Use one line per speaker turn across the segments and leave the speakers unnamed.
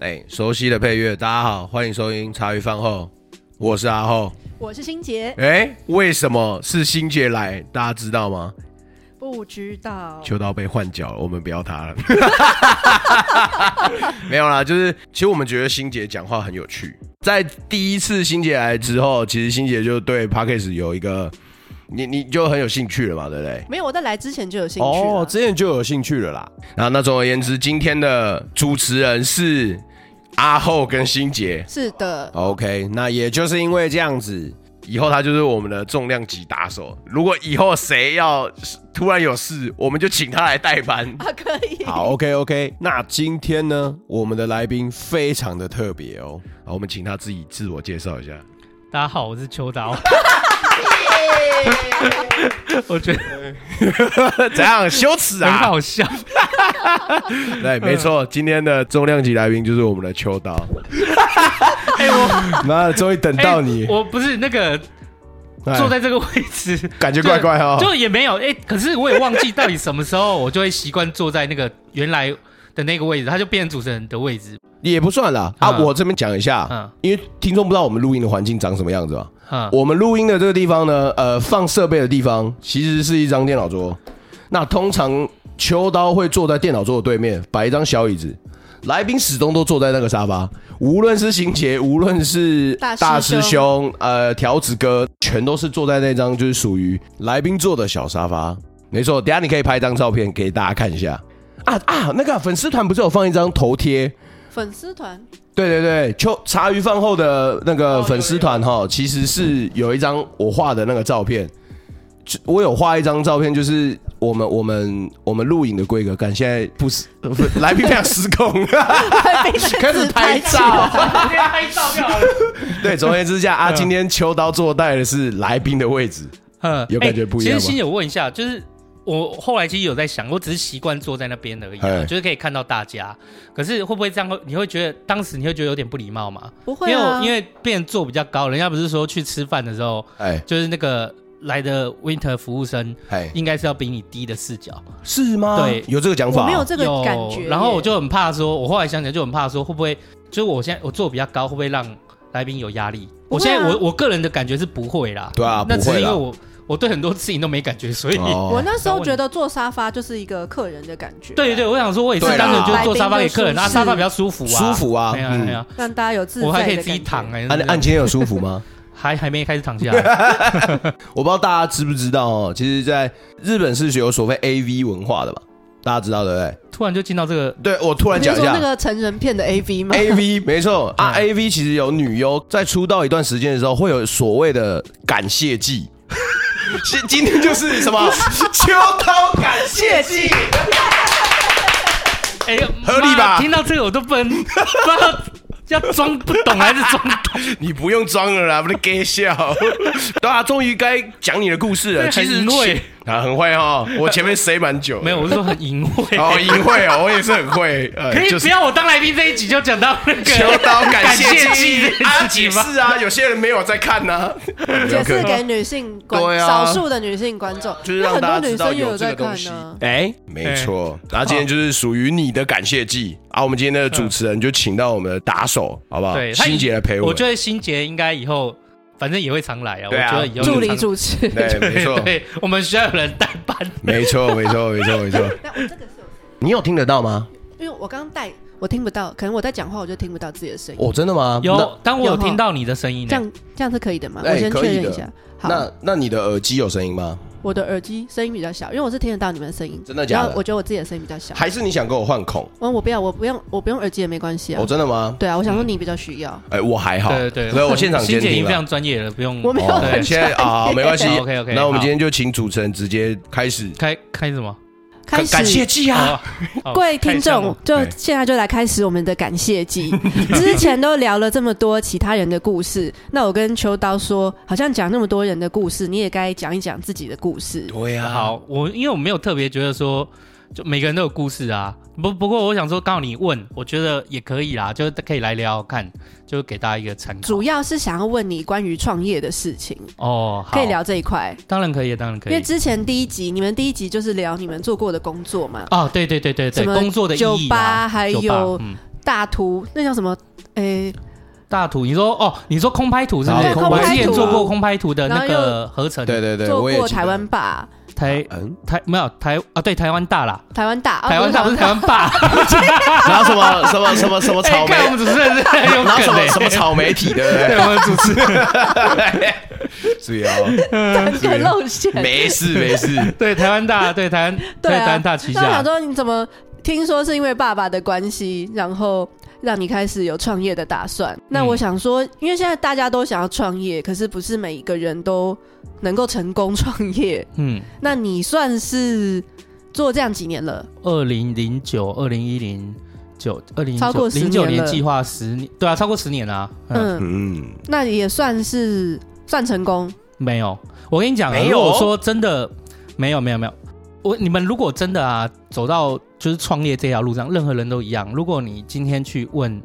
哎，熟悉的配乐，大家好，欢迎收听茶余饭后，我是阿后。
我是欣杰，
哎，为什么是欣姐来？大家知道吗？
不知道
秋刀被换角了，我们不要他了。 没有啦，就是其实我们觉得欣姐讲话很有趣。在第一次欣姐来之后，其实欣姐就对 p a c k a s 有一个，你你就很有兴趣了嘛，对不对？哦
没有，我在来之前就有兴趣了
哦，之前就有兴趣了啦。
然后那总而言之，今天的主持人是阿后跟欣姐。
是的，
OK，那也就是因为这样子，
以后他就是我们的重量级打手。如果以后谁要突然有事，我们就请他来代 班。
啊，可以，
好 OK OK，那今天呢，我们的来宾非常的特别哦。
好，我们请他自己自我介绍一下。
大家好，我是秋 刀。我觉得
怎样？羞耻
很
啊！
好笑，
对，没错，今天的重量级来宾就是我们的秋 刀。
妈的，终于等哎到你
哎，我不是那个
哎
坐在这个位置，
感觉怪怪哦
就也没有哎、可是我也忘记到底什么时候我就会习惯坐在那个原来的那个位置，它就变成主持人的位置。
也不算啦。啊，
嗯
我这边讲一下
嗯，
因为听众不知道我们录音的环境长什么样子吧。
嗯，
我们录音的这个地方呢，呃，放设备的地方其实是一张电脑桌。那通常秋刀会坐在电脑桌的对面，摆一张小椅子。来宾始终都坐在那个沙发，无论是行杰，无论是
大师
大师兄，呃，条子哥，全都是坐在那张就是属于来宾坐的小沙发。没错，等一下你可以拍一张照片给大家看一下啊啊！那个粉丝团不是有放一张头贴？
粉丝团
对对对，秋茶余饭后的那个粉丝团哈，其实是有一张我画的那个照片，就我有画一张照片，就是我们我们我们录影的规格感，现在不是不来宾非常失 控， 开始拍照。
今天拍照就好了。
对，总而言之下啊，今天秋刀坐带的是来宾的位置，
嗯，
有感觉不一样吗
哎其实心有问一下，就是我后来其实有在想，我只是习惯坐在那边而已啊，
哎
就是可以看到大家。可是会不会这样会？你会觉得当时你会觉得有点不礼貌吗？
不会啊，
因为我因为变成坐比较高，人家不是说去吃饭的时候，
哎
就是那个来的 Winter 服务生
哎，
应该是要比你低的视角，
是吗？
对
有这个讲
我
法，啊
没有这个
有
感觉耶，
然后我就很怕说，我后来想起来就很怕说，会不会就是我现在我坐比较高，会不会让来宾有压力？
不
我
会啊
现在我我个人的感觉是不会啦，
对啊，
那
不
只是
会
因为
啦。
我我对很多事情都没感觉，所以。
我
哦，
那时候觉得坐沙发就是一个客人的感觉，啊
对对，，我想说，我也是
对啦
单纯就是坐沙发给客人，
来宾就舒适
啊，沙发比较舒服啊，
舒服啊
哎呀
嗯
哎呀，
让大家有自在，
我还可以自己躺，哎，
按按今天有舒服吗？
还还没开始躺 下来，
我不知道大家知不知道哦，其实，在日本是有所谓 A V 文化的嘛，大家知道对不对？
突然就进到这个
对我突然
你是
讲一
说那
下
个成人片的 AV 吗？
，A V 没错啊，A
嗯
V 其实有女优在出道一段时间的时候，会有所谓的感谢 祭。今今天就是什 么秋刀感谢祭，
哎呀，
合理吧
妈听到这个我都不能，不知道要装不懂还是装懂。
你不用装了啦，不是给笑。 对啊，终于该讲你的故事了。
对
其实
很会
前啊，很会哦。我前面塞蛮久，
没有，我是说很淫秽。
哦，淫秽哦，我也是很会。呃
可以
就
不
是
要我当来宾这一集就讲到那个
秋刀感谢
感祭
祭
这件
啊，
事
解
情吗？
释啊，有些人没有在看呐、 啊。
解释给女性观
对啊
少数的女性观众，
就是
那
让
很
大家
多女
知道
生也
有这
在
个东
看啊
西
呢。
哎，
没错，然后今天就是属于你的感谢祭啊！我们今天的主持人就请到我们的打手，好不好？
嗯对，他以
欣姐来陪我
我
们。
觉得心杰应该以后反正也会常来啊。我
对啊
觉得以后
助
就
理
常
主持，
对，没错，
对，我们需要有人代班。
没错，没错，没错，没错。
那我这个是有，
你有听得到吗？
因为我刚刚戴，我听不到，可能我在讲话我就听不到自己的声音。
哦，真的吗？
有，但我
有
有
哈
听到你的声音
这
呢。
样这样是可以的吗？
哎
我先确
可以
认一
的
下。
那
好，
那那你的耳机有声音吗？
我的耳机声音比较小，因为我是听得到你们的声音。
真的
然
假
后我
的？
觉得我自己的声音比较小。
还是你想跟我换孔？
我我不要，我不用，我不嗯用耳机也没关系啊
哦，。真的吗？
对啊，我想说你比较需要。
哎，我还好，
对对
所以我现场 监
心杰
听
已经非
了。
常专业了，不用
我没有
哦，
很
对
现在啊、 没关系。
OK，OK，
那我们
好
今天就请主持人直接开始。
开开什么？
开
感谢
始，
祭啊！
哦
各位听众，，就
哎
现在就来开始我们的感谢季。 之前都聊了这么多其他人的故事，那我跟秋刀说，好像讲那么多人的故事，你也该讲一讲自己的故事。
对啊呀、
好，我因为我没有特别觉得说，就每个人都有故事啊。不不过我想说，刚好你问，我觉得也可以啦，就是可以来聊聊看，就给大家一个参考
主。要是想要问你关于创业的事情，
哦，好
可以，聊这一块。
当然可以，当然可
因为
以。
之前第一集，你们第一集就是聊你们做过的工作嘛，
哦，对对对对对，
什么
工作的意义
酒吧
啊，
还
酒吧
有
嗯
大图，那叫什么？诶、
大图，你说哦，你说空拍图是不是？
对
空拍
我
图啊
之前做过空拍图的那
然后
个合成，
对对对，
做
我也
过
记得
台湾霸，
台
嗯，
台没有台啊，对台湾大啦，
台湾大，啊
台湾大不是台湾霸，
然后什么什么什么什么
哎
草莓
看，我们主持人是很有
然后什
梗
么
的，
什么草莓体，对不对？
对我们主持人
注意啊，
不是露馅。
没事没事，
对台湾大，对台湾
对
台
啊，
湾大旗
那我想
下，
说你怎么听说是因为爸爸的关系，然后让你开始有创业的打算？那我想说，因为现在大家都想要创业，可是不是每一个人都能够成功创业。
嗯，
那你算是做这样几年了？
二零零九、二零一零九、二零
超过10
零九
年
年
了
计划十年，对啊，超过十年啊。嗯，
嗯，
嗯，
那也算是算成功。
没有，我跟你讲啊，
没有
如果说真的没有没有没有，我你们如果真的啊走到就是创业这条路上，任何人都一样。如果你今天去问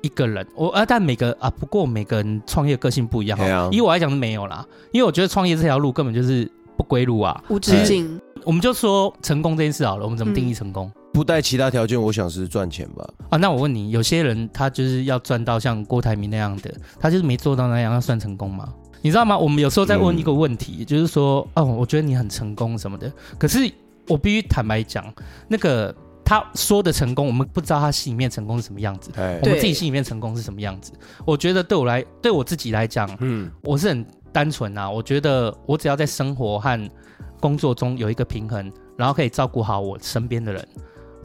一个人，我啊，但每个啊，不过每个人创业个性不一样、
对啊
哦。以我来讲是没有啦，因为我觉得创业这条路根本就是不归路啊。
无止境，
我们就说成功这件事好了，我们
嗯
怎么定义成功？
不带其他条件，我想是赚钱吧。
啊，那我问你，有些人他就是要赚到像郭台铭那样的，他就是没做到那样，要算成功吗？你知道吗？我们有时候在问一个问题，就是说，哦，我觉得你很成功什么的，可是我必须坦白讲，那个他说的成功，我们不知道他心里面成功是什么样子，
哎
我，
对
们自己心里面成功是什么样子。我觉得对我来，对我自己来讲，
嗯，
我是很单纯啊，我觉得我只要在生活和工作中有一个平衡，然后可以照顾好我身边的人，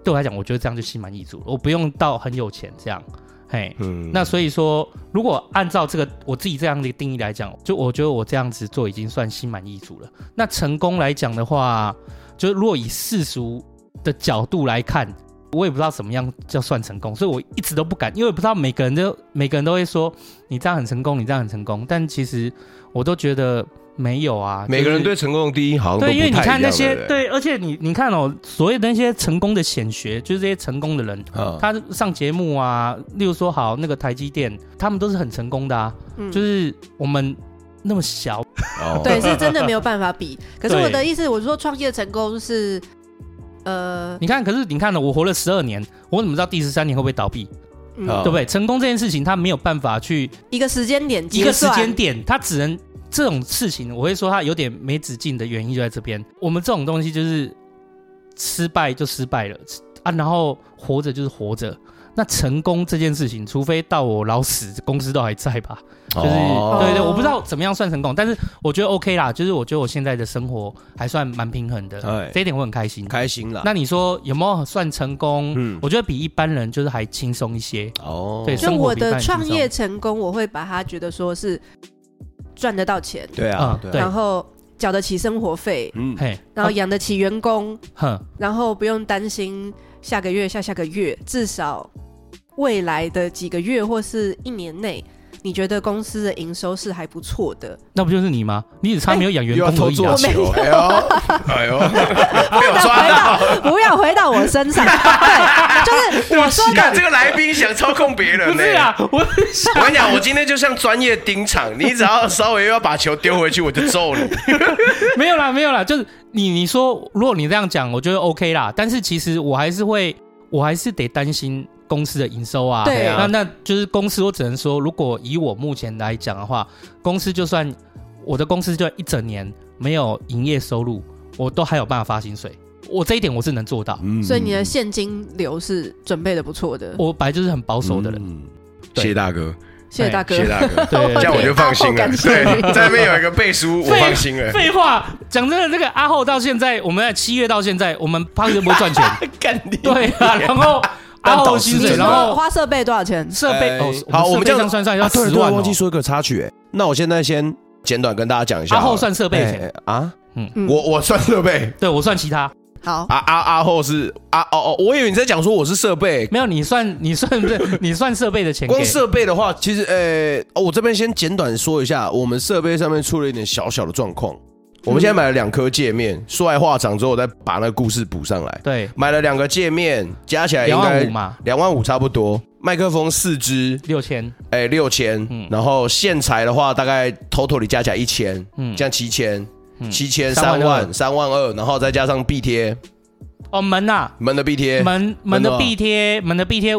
对我来讲，我觉得这样就心满意足了，我不用到很有钱这样，嘿。
嗯
那所以说，如果按照这个我自己这样的定义来讲，就我觉得我这样子做已经算心满意足了。那成功来讲的话，就是如果以世俗的角度来看，我也不知道怎么样叫算成功，所以我一直都不敢，因为我不知道每个人都每个人都会说你这样很成功，你这样很成功，但其实我都觉得没有啊。
每个人
就
对
是
成功的定义好像都
对，因为
不
你
太
看
一
那
样
些
对不对
对，而且你你看哦，所有的那些成功的显学，就是这些成功的人，
啊，
他上节目啊，例如说好那个台积电，他们都是很成功的啊，
嗯，
就是我们那么小，
哦
对，是真的 没有办法比。可是
对
我的意思，我说创业成功是，呃，
你看，可是你看呢，哦我活了十二年，我怎么知道第十三年会不会倒闭，
哦
嗯
啊
对不对？成功这件事情，他没有办法去
一个时间点
一
结
个时
算，
间点，他只能这种事情，我会说他有点没止境的原因就在这边。我们这种东西就是失败就失败了啊，然后活着就是活着。那成功这件事情，除非到我老死，公司都还在吧？就是、
哦
对对，我不知道怎么样算成功，但是我觉得 OK 啦，就是我觉得我现在的生活还算蛮平衡的，
哎
这一点我很开心。
开心
啊
啦。
那你说有没有算成功？
嗯
我觉得比一般人就是还轻松一些。
哦，
对
就
生活
我
比
的
扮轻
创
松
业成功，我会把它觉得说是赚得到钱，
对啊
嗯，
对啊，
然后缴得起生活费，
嗯，
嘿，
然后养得起员工，
哼，
然后不用担心下个月、下下个月，至少未来的几个月或是一年内，你觉得公司的营收是还不错的。
那不就是你吗？你只差没有养员
又要
工
偷
而已
做
啊。
球，哎呦， 哎呦，
不 要回到，不要回到我身上。 对，就是我说
看这
的，
个来宾想操控别人
不
呢、
是啊，我是想
我跟你讲，我今天就像专业盯场，你只要稍微要把球丢回去，我就揍你。
没有啦，没有啦，就是你你说，如果你这样讲，我觉得 OK 啦。但是其实我还是会，我还是得担心公司的营收啊。
对
那那就是公司，我只能说，如果以我目前来讲的话，公司就算我的公司就算一整年没有营业收入，我都还有办法发薪水。我这一点我是能做到。
嗯
所以你的现金流是准备的不错
哦
的。
我本来就是很保守的人，
人，
谢
对
谢大哥，
谢谢大
谢
哥
哎谢。大哥，
对
嗯哦这样我就放心了。
感谢你
对，在那边有一个背书，我放心了。
废话，讲真的，这个阿后到现在，我们在七月到现在，我们趴着不会赚钱，
干你！
对啊，然后阿
但导
后
师
薪
你
水，
说
然后
花设备多少钱？
设备
哎
哦，
好我
我
们
们
这
设
样
备上算算要
啊，对
十
对，
万哦
忘记说一个插曲，
欸
哎那我现在先简短跟大家讲一下
阿
好了，
后算设备
哎
钱，
哎啊，
嗯
我我算设备，
对我算其他，
好，
啊啊啊后是啊哦哦，我以为你在讲说我是设备。
没有你算你算 不是你算设备的钱给
光设备的话，其实呃、哦，我这边先简短说一下，我们设备上面出了一点小小的状况。我们现在买了两颗界面，说来话长之后，我再把那个故事补上来。
对
买了两个界面，加起来应
嗯两
该
万五嘛，
两万五差不多。麦克风四支，
六千，
哎、六千、
嗯
然后线材的话，大概 total 里加起来一千，
嗯
这样七千、
嗯
七千
三
三
万
万
二
三万二，然后再加上壁贴
哦门呐
门的壁贴，
门门
门的
的
哦
壁贴门的壁贴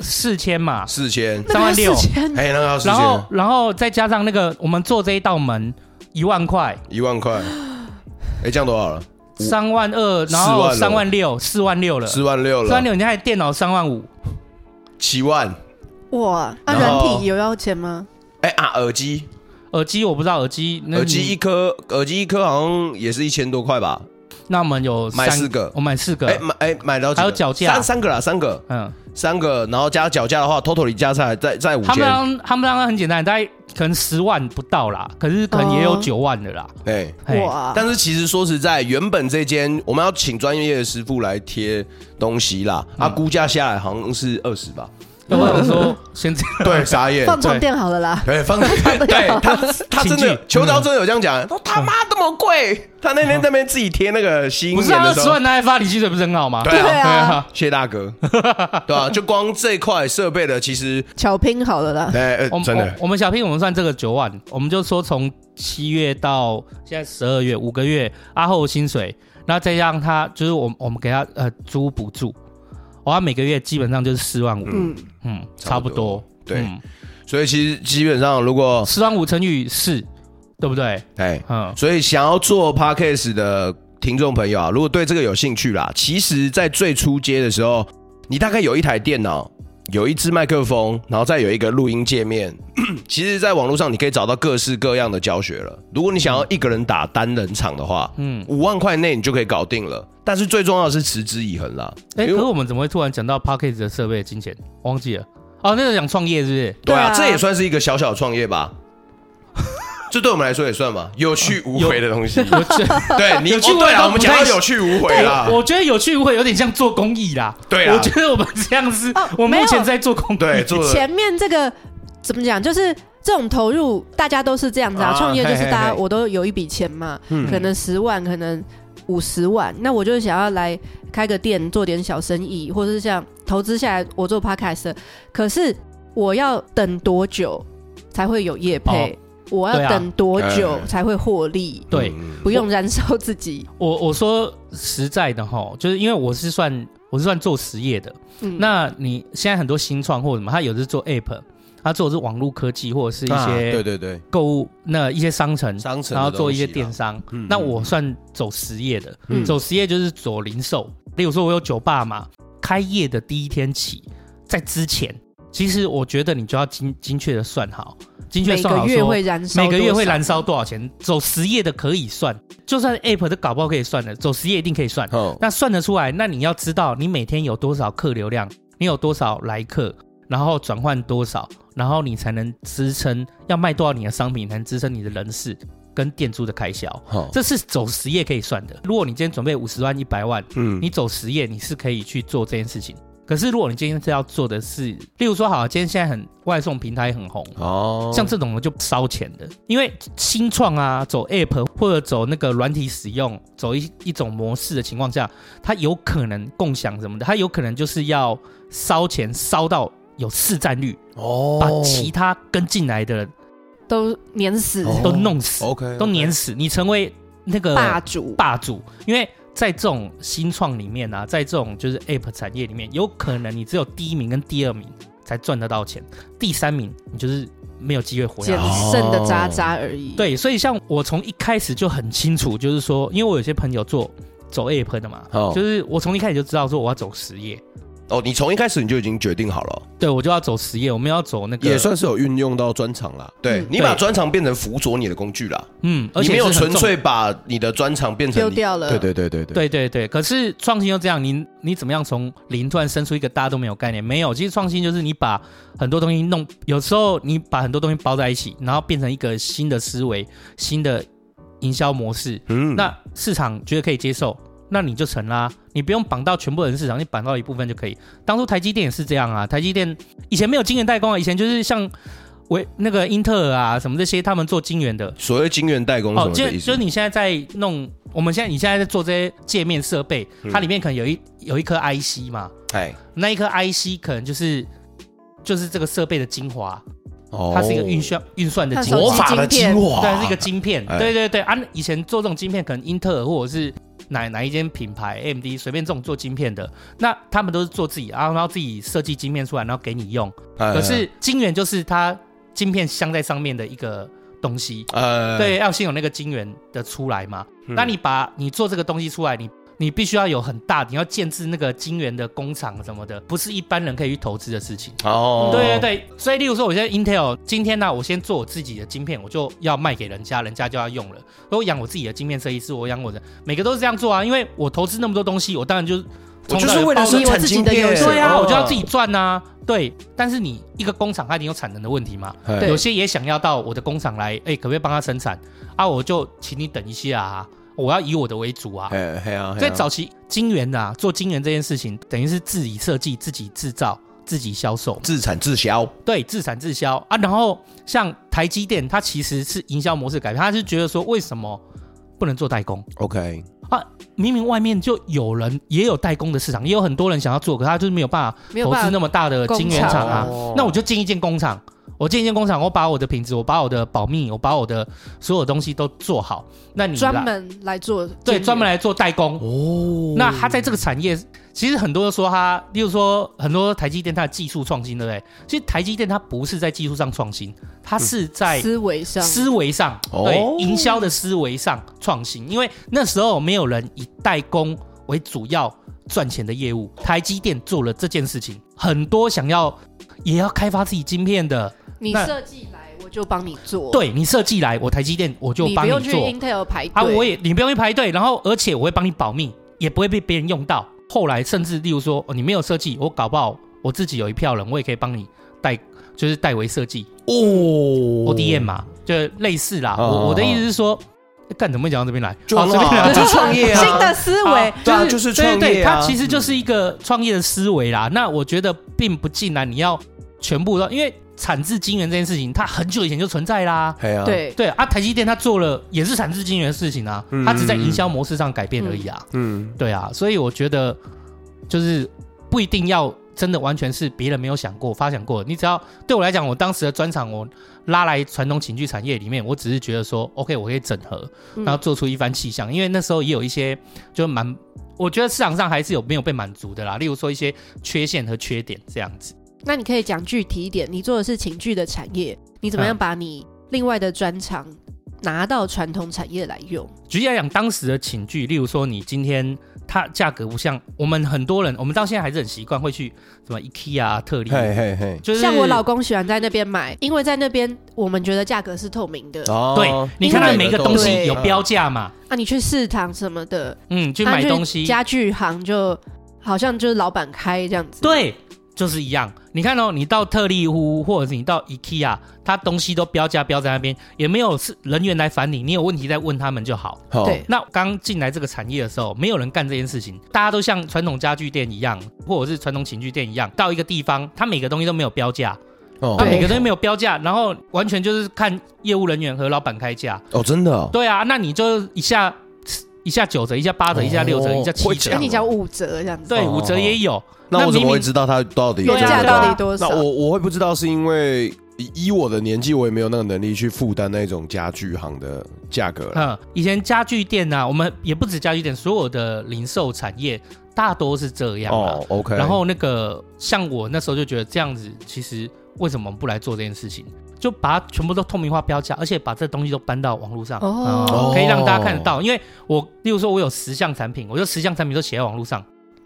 四千嘛，
四千，
三万六
那个四千
哎，那个要四
然后
千，
然后再加上那个我们做这一道门一万块，
一万块，哎，这样多少了？五
三万二，然
四万
后
了
三万六，四万六了，
四万六
四万
了，
六，你还电脑三万五，
七万，
哇，那、
然
啊软
后
体有要钱吗？
哎啊，耳机，
耳机我不知道耳机，那
耳机
你
一颗，耳机一颗好像也是一千多块吧？
那我们有
买
三
四个
我买四
哎
个，
买哎买到几个
啊还有脚架
三三个啦，三个
嗯，
三个，然后加脚架的话，total 加起来再再五
他们
千，
让他们让很简单，大概可能十万不到啦，可是可能也有
哦
九万的啦，
哎。
嘿，
哇，
但是其实说实在，原本这间我们要请专业的师傅来贴东西啦，
嗯
啊，估价下来好像是二十吧。
那我想说先这 样，
对，傻眼
放床垫好了啦。
对， 放对他，他真
请嗯
的
进
秋刀真的有这样讲，说他妈这么贵，他那天在那边自己贴那个新
嗯不
年
是啊二
的时
十
候
万，拿来发你薪水不是很好吗？
对啊
对啊，
谢大哥，对 啊，就光这块设备的，其实
巧拼好了啦。
哎，呃
我们哦
真
我
的
我们小 P 我们算这个九万，我们就说从七月到现在十二月五个月，阿厚的薪水，然后再让他就是我们我们给他呃租补助，我、哦、他每个月基本上就是四万五，
嗯，
嗯，差不多，
对，
嗯，
所以其实基本上如果
四万五乘以四，对不对？
哎，
嗯，
所以想要做 podcast 的听众朋友啊，如果对这个有兴趣啦，其实，在最初阶的时候，你大概有一台电脑，有一支麦克风，然后再有一个录音界 面。其实，在网络上你可以找到各式各样的教学了。如果你想要一个人打单人场的话，嗯
嗯，
五万块内你就可以搞定了。但是最重要的是持之以恒啦。
哎、
因
可
为
是我们怎么会突然讲到 p a c k a g e 的设备金钱？忘记了。哦，那个讲创业是不是？
对啊，
对啊
这也算是一个小小创业吧。 这对我们来说也算嘛，有去无回的东西。
有趣，
对你，
有趣
哦对啊，
我
我们讲到有去无回啦。
我觉得有趣无回有点像做公益啦。
对啊
我觉得我们这样是，
哦
我
没
目
有
前在做公益。
对，做了
前面这个怎么讲？就是这种投入，大家都是这样子啊。
啊
创、业就是大
嘿
家
嘿嘿
我都有一笔钱嘛，
嗯
可能十万，可能五十万。那我就想要来开个店，做点小生意，或者是像投资下来，我做 podcast 的。可是我要等多久才会有业配？我
对
要
啊
等多久
哎
才会获利？
对
嗯
不用燃烧自己。
我我说实在的哈，就是因为我是算我是算做实业的，
嗯，
那你现在很多新创或什么，他有的是做 app，他做的是网络科技或者是一
啊对
些
对对，
购物、那一些商城，
商城的
然后做一些
东西啦
电商。
嗯
那我算走实业的，
嗯
走实业就是走零售。例如说，我有酒吧嘛，开业的第一天起，在之前，其实我觉得你就要精精确的算好，精确
每
地算
个
好
月
说
会燃烧，
每个月会燃。烧多少钱？走实业的可以算，就算 App 都搞不好可以算的，走实业一定可以算。
哦，
那算得出来，那你要知道你每天有多少客流量，你有多少来客，然后转换多少，然后你才能支撑要卖多少你的商品，才能支撑你的人事跟店租的开销。
好，
这是走实业可以算的。如果你今天准备五十万、一百万，
嗯
你走实业，你是可以去做这件事情。可是如果你今天是要做的是，例如说，好，今天现在很外送平台很红，
哦
像这种的就烧钱的，因为新创啊，走 App 或者走那个软体使用，走一一种模式的情况下，它有可能共享什么的，它有可能就是要烧钱烧到有市占率，
哦
把其他跟进来的人
都碾死、
哦
都弄死，
OK
都碾死，你成为那个
霸主，
霸主，因为。在这种新创里面啊，在这种就是 App 产业里面，有可能你只有第一名跟第二名才赚得到钱，第三名你就是没有机会活下
捡
来。
剩
哦
的渣渣而已。，
对，所以像我从一开始就很清楚，就是说，因为我有些朋友做走 app 的嘛，
哦
就是我从一开始就知道说我要走实业，
哦，你从一开始你就已经决定好了，
对我就要走实业，我们要走那个
也，算是有运用到专场啦。对
嗯
你把
对
专场变成辅佐你的工具啦，
嗯，而
你
且
没有
是很
纯
重
粹。把你的专场变成
丢
你
掉了
对对对对对，
对对对，可是创新又这样，你你怎么样从零突然生出一个大家都没有概念？没有，其实创新就是你把很多东西弄，有时候你把很多东西包在一起，然后变成一个新的思维、新的营销模式，
嗯
那市场觉得可以接受，那你就成啦、你不用绑到全部人市场，你绑到一部分就可以。当初台积电也是这样啊，台积电以前没有晶圆代工啊，以前就是像为那个英特尔啊什么这些，他们做晶圆的。
所谓晶圆代工什
哦，
么
就
的意
就
思
是？你现在在弄，我们现在你现在在做这些界面设备，
嗯
它里面可能有一有一颗 IC 嘛，
哎，
那一颗 IC 可能就是就是这个设备的精华，
哦
它是一个运算运算的
它
精华。
手
魔
机
法的精华，
对，是一个晶片。
哎
对对对，啊，以前做这种晶片，可能英特尔或者是哪哪一间品牌 AMD 随便这种做晶片的，那他们都是做自己，然后然后自己设计晶片出来，然后给你用。
可
可是晶圆就是它晶片镶在上面的一个东西，
呃，
对，要先有那个晶圆的出来嘛。
嗯
那你把你做这个东西出来，你你必须要有很大，你要建制那个晶圆的工厂什么的，不是一般人可以去投资的事情。
哦，
对对对，所以例如说，我现在 Intel 今天呢、我先做我自己的晶片，我就要卖给人家，人家就要用了。我养我自己的晶片设计师，我养我的，每个都是这样做啊，因为我投资那么多东西，我当然就
我就是为了
从
生
小有
产晶片，
哦我自己的优势
对啊，
哦
我就要自己赚呐、对，但是你一个工厂它一定有产能的问题嘛，
哎
对
有些也想要到我的工厂来，哎、可不可以帮他生产啊？我就请你等一下啊，我要以我的为主啊。
哎，嘿啊，嘿啊
在早期晶圆呐、做晶圆这件事情，等于是自己设计、自己制造、自己销售嘛
自产自销，
对，自产自销啊。然后像台积电，它其实是营销模式改变，它是觉得说为什么不能做代工？
OK，
明明外面就有人也有代工的市场，也有很多人想要做，可他就是没有办法
没有
投资
办
那
法，
么大的晶圆厂啊。
哦
那我就建一间工厂，我建一间工厂，我把我的品质，我把我的保密，我把我的所有东西都做好。那你来
专门来做
对
监狱
专门来做代工，
哦
那他在这个产业，其实很多人说他，例如说很多台积电它的技术创新，对不对？其实台积电它不是在技术上创新，它是在
思维上
思维上，
哦
对营销的思维上创新。因为那时候没有人以代工为主要赚钱的业务，台积电做了这件事情，很多想要也要开发自己晶片的，
你
那
设计来我就帮你做，，
对你设计来，我台积电我就
你不
帮你
用去
做
Intel 排队
啊， 我也你不用去排队，然后而且我会帮你保密，也不会被别人用到。后来甚至例如说，哦、你没有设计，我搞不好我自己有一票人，我也可以帮你代，就是代为设计
哦
ODM 嘛，就类似啦。
哦
我我的意思是说，干怎么会讲到这边来？
就
哦
很
这边
好啊
来
就创业啊
新的思维
啊，
对啊就是创业啊
对对，它其实就是一个创业的思维啦。那我觉得并不尽然，你要全部都，因为产制晶圆这件事情，它很久以前就存在啦。
嘿啊，，
对，
对啊，台积电它做了也是产制晶圆的事情啊，它只是在营销模式上改变而已啊。
嗯，
对啊，所以我觉得就是不一定要真的完全是别人没有想过、发想过的。你只要对我来讲，我当时的专场我拉来传统情趣产业里面，我只是觉得说，OK，我可以整合，
嗯
然后做出一番气象。因为那时候也有一些就蛮，我觉得市场上还是有没有被满足的啦，例如说一些缺陷和缺点这样子。
那你可以讲具体一点，你做的是情趣的产业，你怎么样把你另外的专长拿到传统产业来用？
举例来讲，当时的寝具，例如说你今天它价格不像我们很多人，我们到现在还是很习惯会去什么 IKEA 啊、特力，
嘿嘿嘿，
就是
像我老公喜欢在那边买，因为在那边我们觉得价格是透明的、
哦
对，你看到每个东西
对
有标价嘛，
啊。你去市场什么的，
嗯，去
啊
买东西，
家具行就好像就是老板开这样子。，
对，就是一样。你看哦，你到特力屋或者是你到 IKEA，它东西都标价标在那边，也没有是人员来烦你，你有问题再问他们就好。
好
对
那刚进来这个产业的时候，没有人干这件事情，大家都像传统家具店一样，或者是传统寝具店一样，到一个地方，它每个东西都没有标价，
哦
它
对
每个东西没有标价，然后完全就是看业务人员和老板开价。
哦，真的哦，
对啊，那你就一下一下九折，一下八折，一下六折，
哦
一下七
会
折
这
跟
样，
你讲五折这样子。
对，
哦
五折也有。
那我怎
明
么会
明
知道它到底
原
多
价
少
到底多
那
少？
我我会不知道，是因为以以我的年纪，我也没有那个能力去负担那种家具行的价格 哦了。
嗯，以前家具店呐、我们也不止家具店，所有的零售产业大多是这样啊。
哦，OK，
然后那个像我那时候就觉得这样子，其实为什么不来做这件事情？就把它全部都透明化标价，而且把这东西都搬到网络上，
哦
嗯可以让大家看得
哦
到。因为我，例如说，我有十项产品，我就十项产品都写在网络上，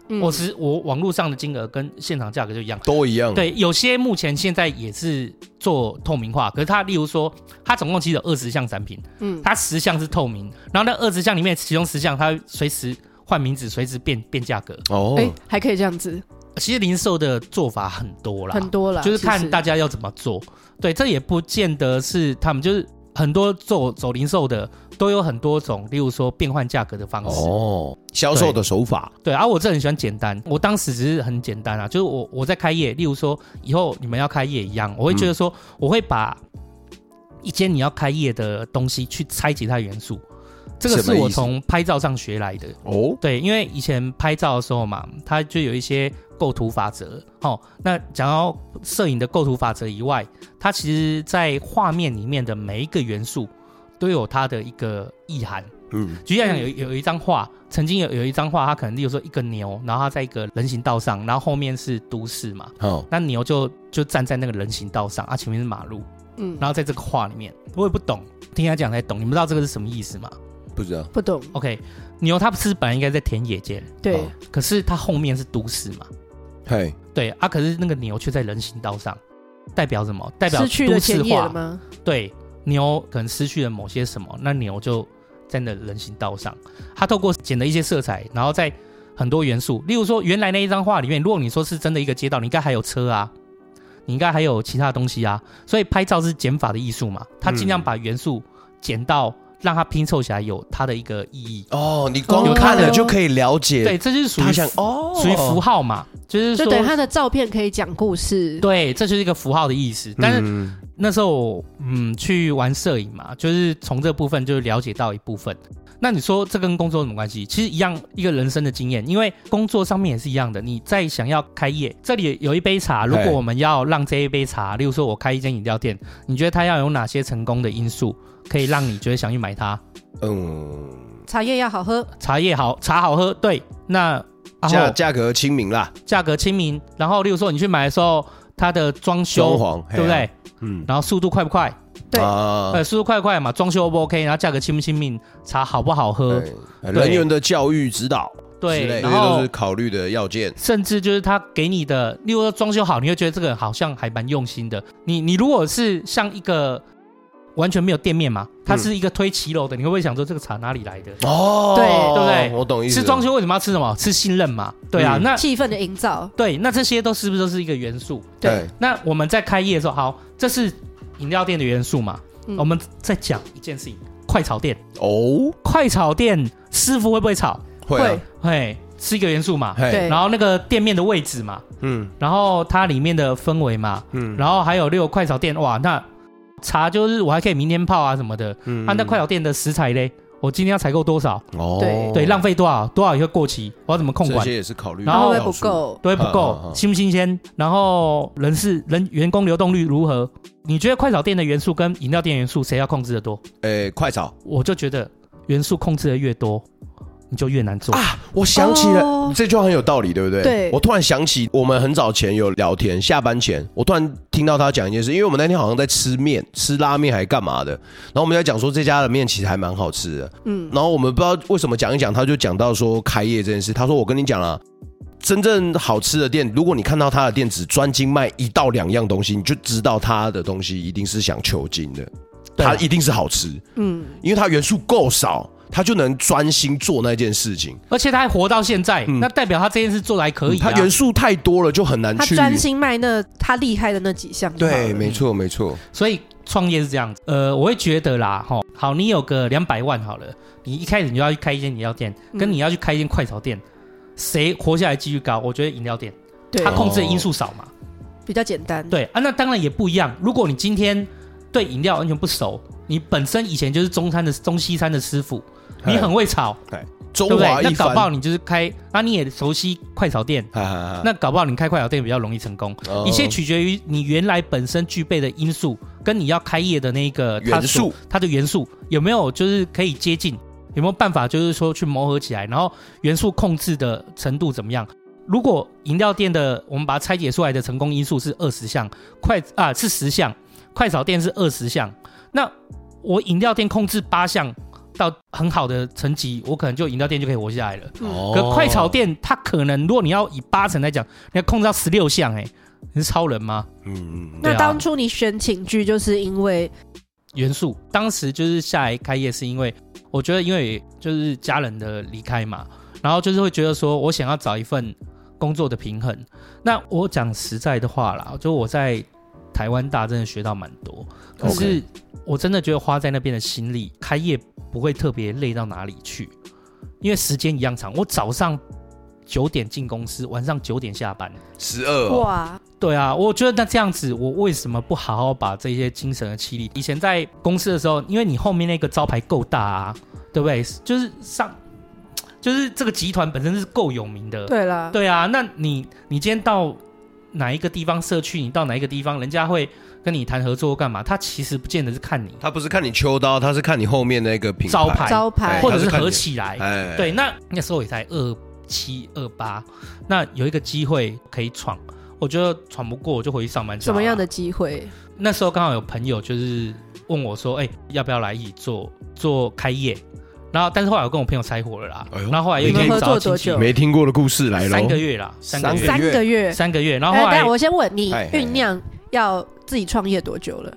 嗯
我十我网络上的金额跟现场价格就一样。
都一样，，
对，有些目前现在也是做透明化，可是它例如说，它总共其实有二十项产品，
嗯
它十项是透明，然后那二十项里面，其中十项它会随时换名字，随时变变价格。
哦
哎、，还可以这样子，
其实零售的做法很多啦，
很多了，
就是
其
看
实
大家要怎么做。对，这也不见得是他们，就是很多做走零售的都有很多种，例如说变换价格的方式。
哦，销售的手法，
对，而、啊、我这很喜欢简单。我当时只是很简单啊，就是我我在开业，例如说以后你们要开业一样，我会
嗯
觉得说，我会把一间你要开业的东西去拆解它的元素。这个
什
是
么
我
意思
从拍照上学来的。
哦，
对，因为以前拍照的时候嘛，它就有一些构图法则。哦，那讲到摄影的构图法则以外，它其实在画面里面的每一个元素都有它的一个意涵。
嗯，
举例来讲，有有一张画，曾经有有一张画，它可能例如说一个牛，然后它在一个人行道上，然后后面是都市嘛，
好，
那牛就就站在那个人行道上啊，前面是马路，
嗯，
然后在这个画里面，我也不懂，听他讲才懂。你们知道这个是什么意思吗
不知道，
不懂，
？OK，牛它不是本来应该在田野间，
对
好，
可是它后面是都市嘛，
嘿，
对啊，可是那个牛却在人行道上，代表什么？代表
失去了
都市
前夜了
化。
吗？
对，牛可能失去了某些什么，那牛就在那人行道上，它透过剪的一些色彩，然后在很多元素，例如说原来那一张画里面，如果你说是真的一个街道，你应该还有车啊，你应该还有其他东西啊，所以拍照是减法的艺术嘛，它尽量把元素减到让它拼凑起来有它的一个意义。
哦，你光
有
看了
看
就可以了解，
对，，这就是属
他
于
想
符
哦，
属于符号嘛，就是
就
说
等于他的照片可以讲故事，
对，这就是一个符号的意思，但是。
嗯
那时候我嗯去玩摄影嘛，就是从这部分就了解到一部分。那你说这跟工作有什么关系？其实一样，一个人生的经验，因为工作上面也是一样的。你在想要开业，这里有一杯茶，如果
嘿
我们要让这一杯茶，例如说我开一间饮料店，你觉得它要有哪些成功的因素，可以让你觉得想去买它？
嗯，
茶叶要好喝，
茶叶好，茶好喝，对。那然
价
后
价格亲民啦，
价格亲民，然后例如说你去买的时候，它的装
装
修
潢，
对不
嘿
对
啊？？嗯，
然后速度快不快？
对
啊
呃，速度快快嘛，装修 O 不 OK，然后价格亲不亲民，茶好不好喝，
对人员的教育指导之类，
对，
这
然
些都
后
是考虑的要件。
甚至就是他给你的，例如说装修好，你会觉得这个人好像还蛮用心的。你你如果是像一个完全没有店面嘛，
嗯
他是一个推骑楼的，你会不会想说这个茶哪里来的？
哦，
对
对不对
我懂意思。
吃装，修为什么要吃什么？吃信任嘛，对啊，
嗯
那
气氛的营造，
对，那这些都是不是都是一个元素？
对，
那我们在开业的时候，好，这是饮料店的元素嘛，
嗯
我们再讲一件事情，快炒店，
哦，
快炒店师傅会不会炒？
会啊，
嘿，是一个元素嘛，
嘿
对
然后那个店面的位置嘛，
嗯
然后它里面的氛围嘛，
嗯
然后还有六个快炒店，哇，那茶就是我还可以明天泡啊什么的，
嗯
啊，那快炒店的食材嘞，我今天要采购多少？
哦，
对
对，浪费多少？多少也会过期，我要怎么控
这
管？
些也是考虑的
然后
会
要
不会
素
不，够？
都会不
嗯嗯
够
嗯，
新不新鲜？然后人事人员工流动率如何？你觉得快炒店的元素跟饮料店元素谁要控制的多？
诶，哎快炒
我就觉得元素控制的越多，你就越难做。
啊！我想起了
哦
这句话很有道理，对不对？
对
我突然想起我们很早前有聊天，下班前我突然听到他讲一件事，因为我们那天好像在吃面，吃拉面还干嘛的，然后我们在讲说这家的面其实还蛮好吃的，
嗯，
然后我们不知道为什么讲一讲，他就讲到说开业这件事。他说：“我跟你讲啦，真正好吃的店，如果你看到他的店只专精卖一到两样东西，你就知道他的东西一定是想求精的，
对啊
他一定是好吃，
嗯，
因为它元素够少，他就能专心做那件事情。
而且他还活到现在，
嗯
那代表他这件事做的还可以、
他
啊
元素太多了，就很难
他
去。
专心卖那他厉害的那几项，
对，，没错，没错。
所以创业是这样子。呃，我会觉得啦，哈，好，你有个两百万好了，你一开始你就要去开一间饮料店，
嗯
跟你要去开一间快炒店，谁活下来几率高？我觉得饮料店，
对
它，控制的因素少嘛。
哦
比较简单，
对啊，那当然也不一样。如果你今天对饮料完全不熟，你本身以前就是中餐的中西餐的师傅，你很会炒，
哎中
对不对
华？
那
一
搞
番
不好，你就是开，那你也熟悉快炒店，
哈哈哈
那搞不好你开快炒店比较容易成功。
哦
一切取决于你原来本身具备的因素，跟你要开业的那个它
元素
所，它的元素有没有就是可以接近，有没有办法就是说去磨合起来，然后元素控制的程度怎么样？如果饮料店的我们把它拆解出来的成功因素是二十项，快啊是十项，快炒店是二十项，那我饮料店控制八项到很好的层级，我可能就饮料店就可以活下来了。
哦
嗯
可快炒店它可能，如果你要以八成来讲，你要控制到十六项，哎，你是超人吗？
嗯嗯嗯
对
那
啊
当初你选寝具，就是因为
元素当时就是下来开业，是因为我觉得，因为就是家人的离开嘛，然后就是会觉得说我想要找一份工作的平衡。那我讲实在的话啦，就我在台湾大真的学到蛮多，可
OK
是我真的觉得花在那边的心力，开业不会特别累到哪里去，因为时间一样长。我早上九点进公司，晚上九点下班。
十二哦
哇，
对啊，我觉得那这样子，我为什么不好好把这些精神的气力？以前在公司的时候，因为你后面那个招牌够大啊，对不对？就是上，就是这个集团本身是够有名的。啊
对啦，
对啊，那你你今天到哪一个地方社区，你到哪一个地方，人家会跟你谈合作干嘛？他其实不见得是看你
他不是看你秋刀，他是看你后面那个品牌
招牌，
招牌
哎
或者
他
是
是看
合
你
起来。
哎，
对，那那时候也才二七二八，那有一个机会可以闯，我觉得闯不过我就回去上班就
什
好
么
了
样的机会？
那时候刚好有朋友就是问我说：“哎、要不要来一起做做开业？”然后，但是后来我跟我朋友拆伙了啦。
哎呦
然后后来又
你们
去
合
找
作
亲
多
戚
久，
没听过的故事来
三
喽
个。月啦，三
三
个月，
三个月。
三个月。然后
哎，
后来
但我先问你，
哎
酝酿要自己创业多久了？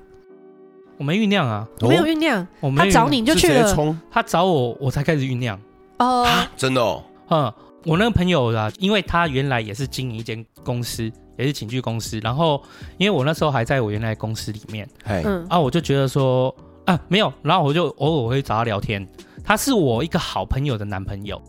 我没酝酿啊，
哦
没有酝酿，
我没
他
酝
找你就去
是直接
了
冲，
他找我，我才开始酝酿。啊
哦，
真的哦，
嗯，我那个朋友啦，因为他原来也是经营一间公司，也是寝具公司。然后，因为我那时候还在我原来的公司里面
哎，
嗯，
啊，我就觉得说啊，没有。然后我就偶尔会找他聊天，他是我一个好朋友的男朋友。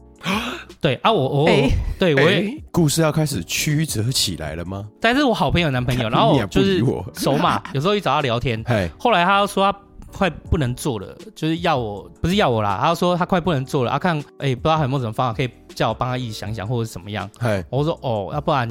对啊，我偶尔、
哎
对我也，
哎
故事要开始曲折起来了吗？
但是我好朋友的男朋友，然后
你也
啊
我
不
就
理
是
我，
熟嘛，有时候去找他聊天，
嘿，
后来他说他快不能做了，就是要我不是要我啦，他说他快不能做了，啊看哎、不知道有没有什么方法可以叫我帮他一起想一想或者怎么样。
嘿，
我说哦，要不然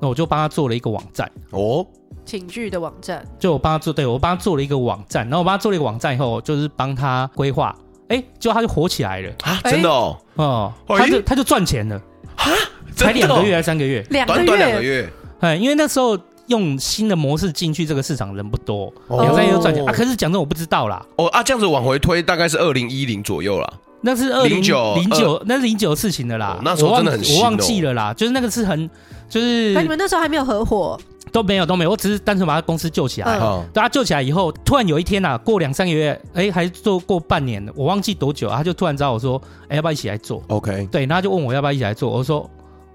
那我就帮他做了一个网站，
哦，
请剧的网站，
就我帮他做，对我帮他做了一个网站，然后我帮他做了一个网站以后，就是帮他规划，哎，结果他就火起来了，
哎
啊，真的哦，
哦、
哎
他就他就赚钱了，才
真的
两
哦
个月，还是三个月，
两个
短短两个
月，
月，
哎，因为那时候。用新的模式进去这个市场人不多，
哦
两三个月就赚钱、啊！可是讲真，我不知道啦，
哦啊，这样子往回推大概是二零一零左右啦。
那是二零
09
零九，那是零九事情的啦
呃哦。那时候
我忘
真的很新哦
我忘记了啦，就是那个是很，就是
那哎你们那时候还没有合伙，
都没有都没有，我只是单纯把他公司救起
哦
嗯
来。
好，
对他救起来以后，突然有一天呐、啊，过两三个月，哎，还是做过半年，我忘记多久啊，他就突然找我说，哎，要不要一起来做？
，OK，
对，然后他就问我要不要一起来做，我说，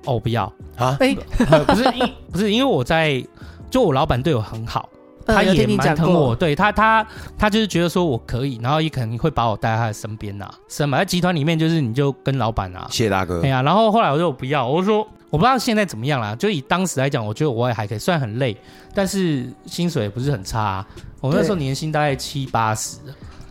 哦，我不要，
啊，
哎，
呃不是因不是因为我在，就我老板对我很好，
呃
他
有
也
听你
蛮
讲
疼我，
过，
对他，他他就是觉得说我可以，然后也可能会把我带在他的身边呐、是嘛？在集团里面就是你就跟老板啊，
谢大哥
哎，呀，然后后来我就不要，我就说我不知道现在怎么样啦。就以当时来讲，我觉得我也还可以，虽然很累，但是薪水也不是很差啊、我那时候年薪大概七八十，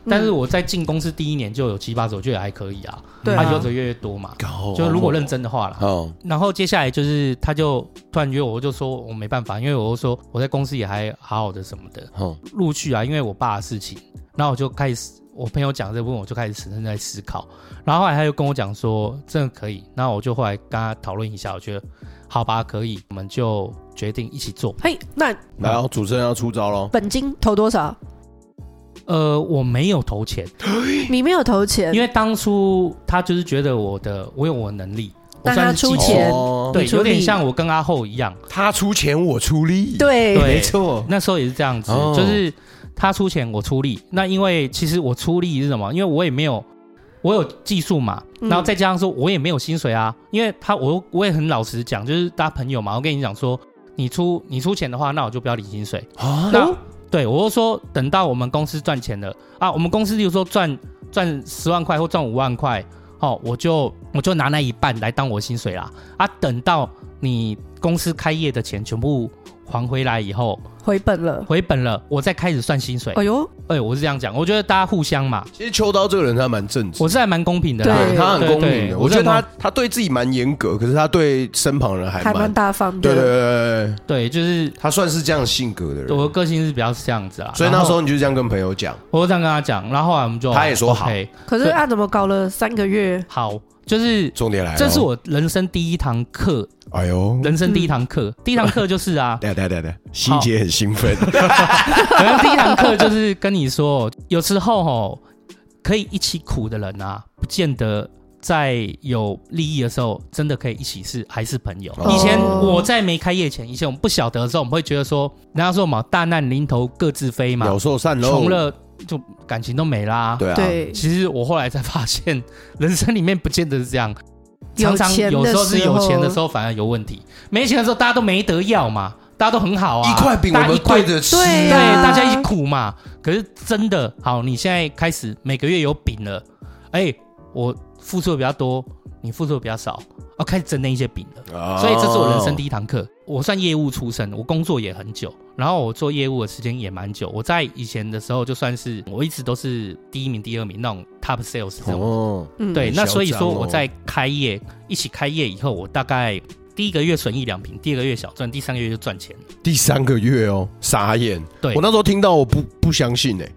但是
嗯
我在进公司第一年就有七八十，我觉得也还可以啊。
对
他
啊
有的越来越多嘛，
哦
搞
就如果认真的话啦。
哦，
然后接下来就是他就突然约我，我就说我没办法，因为我就说我在公司也还好好的什么的。
哦
好，
陆续啊，因为我爸的事情，然后我就开始，我朋友讲这部分，我就开始深深在思考。然后后来他就跟我讲说，真的可以。然后我就后来跟他讨论一下，我觉得好吧，可以，我们就决定一起做。
嘿，那
然
哦
后主持人要出招喽，
本金投多 少？
呃，我没有投钱，
你没有投钱
因，为当初他就是觉得我的我有我的能力，我
那
算
他
是
出
积极
钱
哦
对，
你出
有点
力哦
像我跟阿后一样，
他出钱，我出力，，
对，
对
没错，
那时候也是这样子，
哦
就是他出钱我出力。那因为其实我出力是什么？因为我也没有，我有技术嘛，
嗯
然后再加上说我也没有薪水啊。因为他我我也很老实讲，就是大家朋友嘛，我跟你讲说，你出你出钱的话，那我就不要领薪水。
哦
啊，
那对我就说，等到我们公司赚钱了啊，我们公司例如说赚赚十万块或赚五万块，哦，我就我就拿那一半来当我薪水啦。啊，等到你公司开业的钱全部还回来以后，
回本了。
回本了，我再开始算薪水。
哎呦，
哎，我是这样讲，我觉得大家互相嘛，
其实秋刀这个人他蛮正直的，
我是还蛮公平的啦。
对
对他很公
对
平
对
的，我觉得
我认
他他对自己蛮严格，可是他对身旁人还
还蛮
蛮，
大方
对对对
的。
对对，
对，就是
他算是这样性格的
我
人，
的个性是比较是这样子啦。
所以那时
然后
候你就这样跟朋友讲，
我就这样跟他讲，然后后来我们就
他也说好
OK，
可是啊他怎么搞了三个月？
好，就是
重点来了，
这是，我人生第一堂课，
哎呦，，
人生第一堂课，第一堂课就是啊
等一下等一下等一下，心姐很兴奋，
人生第一堂课就是跟你说，有时候哦，可以一起苦的人啊，不见得。在有利益的时候，真的可以一起是还是朋友。
哦
以前我在没开业前，以前我们不晓得的时候，我们会觉得说，人家说嘛，大难临头各自飞嘛，
鸟兽散喽，
穷了就感情都没啦。
对啊，
对，
其实我后来才发现，人生里面不见得是这样，
有
常常
钱
有
的
时候是
时
有钱的
候
时候反而有问题，没钱的时候大家都没得要嘛，大家都很好啊，
一块饼我
大家一
们
块
对着吃，
对
对，
啊
大家一起苦嘛。可是真的好，你现在开始每个月有饼了，哎，我付出的比较多，你付出的比较少，哦，开始争那一些饼了。
哦
所以这是我人生第一堂课。我算业务出身，我工作也很久，然后我做业务的时间也蛮久。我在以前的时候，就算是我一直都是第一名、第二名那种 top sales 这种。
哦，
嗯
对，
很
那所以
嚣张
说
哦
我在开业一起开业以后，我大概第一个月损一两瓶，第二个月小赚，第三个月就赚钱。
第三个月哦，傻眼。
对
我那时候听到我不不相信哎、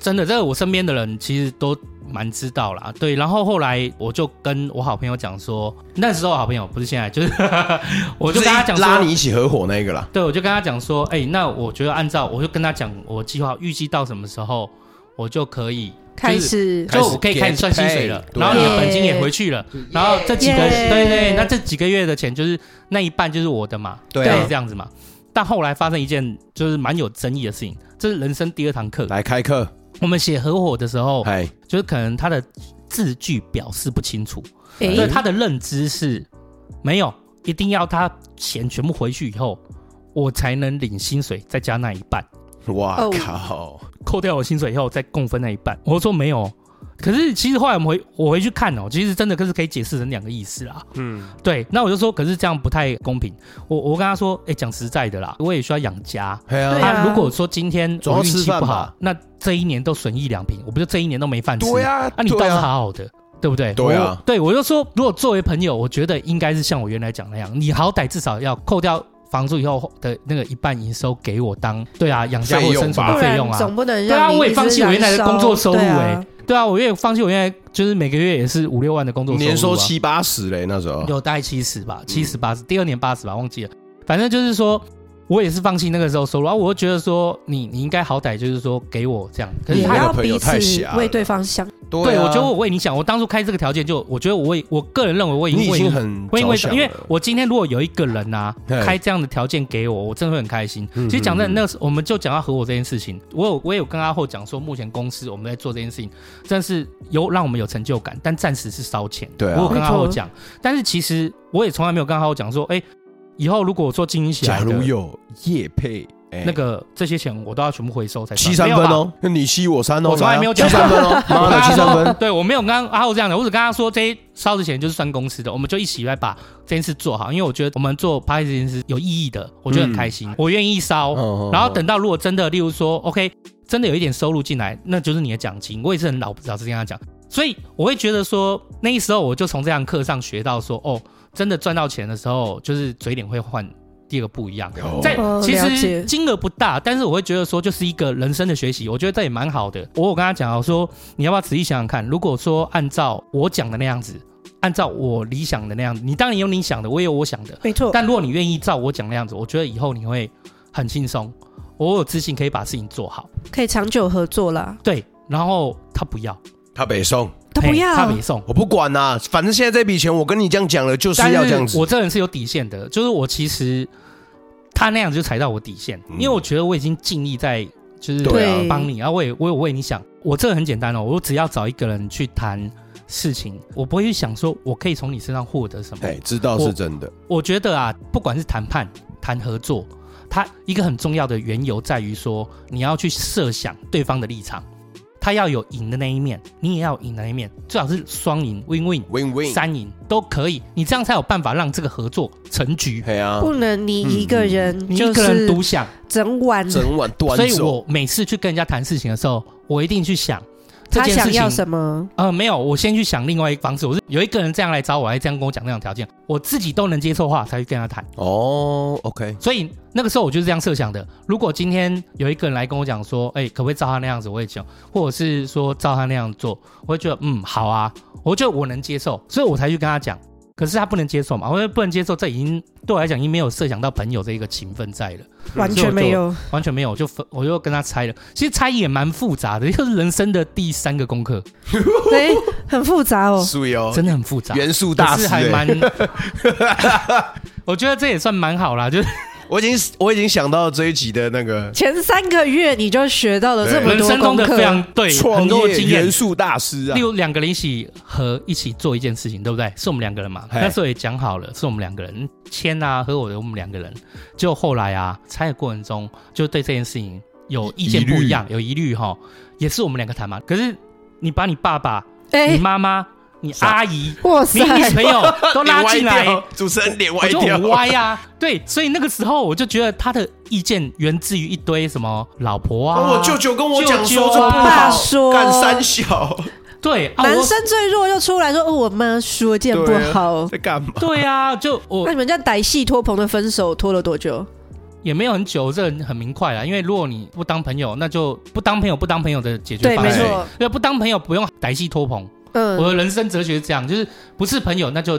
真的，这个我身边的人其实都蛮知道啦。对，然后后来我就跟我好朋友讲说，那时候好朋友不是现在，就是 我就跟他讲说
拉你一起合伙那个啦。
对，我就跟他讲说，哎、那我觉得按照，我就跟他讲我计划预计到什么时候，我就可以
开
就是
始
开
就
始
我可以
get
开始算薪水了
paid，，对
然
啊
后你的本金也回去了，然后这几个
Yeah
对对，那这几个月的钱就是那一半就是我的嘛，
对
啊
就是这样子嘛。但后来发生一件就是蛮有争议的事情，这是人生第二堂课。
来开课，
我们写合伙的时候，
哎，
就是可能他的字句表示不清楚，
诶
所以他的认知是没有，一定要他钱全部回去以后，我才能领薪水，再加那一半。
哇
哦
靠，
扣掉我薪水以后再共分那一半。我说没有，可是其实后来我们回我回去看哦，其实真的可是可以解释成两个意思啦。
嗯，
对，那我就说，可是这样不太公平。我我跟他说，哎、讲实在的啦，我也需要养家。
哎
对
呀，
啊
如果说今天
总
我
要
运
吃
气
饭
不
吧
好，那这一年都损一两瓶，我不就这一年都没饭吃？
对呀，
啊，你
对
倒是
啊
好好的，对不对？
对啊
我对我就说，如果作为朋友，我觉得应该是像我原来讲那样，你好歹至少要扣掉房租以后的那个一半营收给我当对啊养家
费
或
用
生存
吧
的
不
费
然
用啊。
总不能
对啊
让你
我也
一直
放弃我原来的
燃烧
工作收入
对啊
欸对啊，我也放弃我现在就是每个月也是五六万的工作收入、啊，
年收七八十嗯嘞，那时候
有大概七十吧，七十八十，第二年八十吧，忘记了。反正就是说，我也是放弃那个时候收入啊，我就觉得说你你应该好歹就是说给我这样，可是
也
他
那个
要
朋友
彼
太
此
狭了
为对方想，
对
对
啊
我觉得我为你想，我当初开这个条件就，我觉得我为我个人认为我已
你
经
已
为
经
你。
很
我因
着
为
想
因为
了
我今天如果有一个人啊
嘿
开这样的条件给我，我真的会很开心。
嗯
其实讲真
嗯嗯
的，那时我们就讲到合伙这件事情，我有我也有跟阿后讲说，目前公司我们在做这件事情，真的是有让我们有成就感，但暂时是烧钱。
对啊
我有跟阿后
没错
讲，但是其实我也从来没有跟阿后讲说，哎，以后如果我做经营起
假
来
如
的
有叶配，哎
那个这些钱，我都要全部回收才算
七三分。
没有吧
哦，那你七我三哦，
我从来
来啊
没有讲
七三分哦，妈
我
的
跟他
七三
说
分，
对我没有跟阿浩这样的，我只跟他说这些烧的钱就是算公司的，我们就一起来把这件事做好，因为我觉得我们做 p a 这件事有意义的，我觉得很开心，我愿意烧。
嗯
然后等到如果真的，例如说 OK，真的有一点收入进来，那就是你的奖金。我也是很老老实跟他讲，所以我会觉得说，那时候我就从这堂课上学到说，哦，真的赚到钱的时候，就是嘴脸会换。第二个不一样
哦，
在
哦
其
了解
实金额不大，但是我会觉得说，就是一个人生的学习，我觉得这也蛮好的。我有跟他讲啊，我说你要不要仔细想想看，如果说按照我讲的那样子，按照我理想的那样子，你当然有你想的，我也有我想的，
没错，
但如果你愿意照我讲那样子，我觉得以后你会很轻松，我有自信可以把事情做好。
可以长久合作啦。
对，然后他不要，
他北宋，
他不
嘿嗯
要，
他没送。
我不管啦，反正现在这笔钱我跟你这样讲了，就是要
但
这样子
是，我这人是有底线的，就是我其实他那样子就踩到我底线，
嗯
因为我觉得我已经尽力在就是
对
啊
帮你，然后我也我有为你想，我这人很简单哦，我只要找一个人去谈事情，我不会去想说我可以从你身上获得什么。
哎，知道是真的，
我觉得啊，不管是谈判、谈合作，它一个很重要的缘由在于说，你要去设想对方的立场，他要有赢的那一面，你也要有赢的那一面，最好是双赢 （win win）、
win win，
三赢都可以，你这样才有办法让这个合作成局。
哎呀，
不能你一个人
你
就
一个人
是
独享，
整晚
整晚端
所以
走，
我每次去跟人家谈事情的时候，我一定去想这
他
件事
想
情
要什么？
呃，没有，我先去想另外一个方式。我是有一个人这样来找我，还这样跟我讲那种条件，我自己都能接受的话，才去跟他谈。
哦，OK，
所以那个时候我就是这样设想的：如果今天有一个人来跟我讲说，哎、可不可以照他那样子，我也讲，或者是说照他那样做，我会觉得嗯，好啊，我觉得我能接受，所以我才去跟他讲。可是他不能接受嘛，我也不能接受，这已经对我来讲已经没有设想到朋友这一个情分在了，
完全没有，
完全没有，我就分我就跟他猜了。其实猜也蛮复杂的，就是人生的第三个功课，
对，很复杂哦。
注意哦，
真的很复杂，
元素大
但
师
是还
欸，
蛮， 我觉得这也算蛮好啦，就是
我已经我已经想到这一集的那个
前三个月你就学到了这么
人
多
生中
功
的
课
非，常对
啊创
很多
业
经验
元。素大师啊
例，如两个人一起合一起做一件事情，对不对？是我们两个人嘛？
嘿
那时候也讲好了，是我们两个人签啊，合伙的我们两个人。就后来啊，猜的过程中就对这件事情有意见不一样，有疑虑哈，也是我们两个谈
嗯
嘛。可是你把你爸爸、你
哎，
妈妈、你
啥
阿姨、
哇
嗯你
塞，
女朋 友都拉进
脸歪掉
来，，
主持人脸
我
啊歪
就
掉
很，歪 啊。对，所以那个时候我就觉得他的意见源自于一堆什么老婆啊，
哦我舅舅跟我讲
舅
说
舅
这不
啊
好
爸，说
干三小，
对啊，
男
我
生最弱又出来说，哦，我妈说见不好。
在干嘛？
对啊，就我
那你们这样歹戏拖棚的分手拖了多久？
也没有很久，这很明快啊啦。因为如果你不当朋友，那就不当朋友，不当朋友的解决
对，
方
没
式。
错，
对，不当朋友不用歹戏拖棚。我
嗯，
的人生哲学是这样，就是不是朋友那就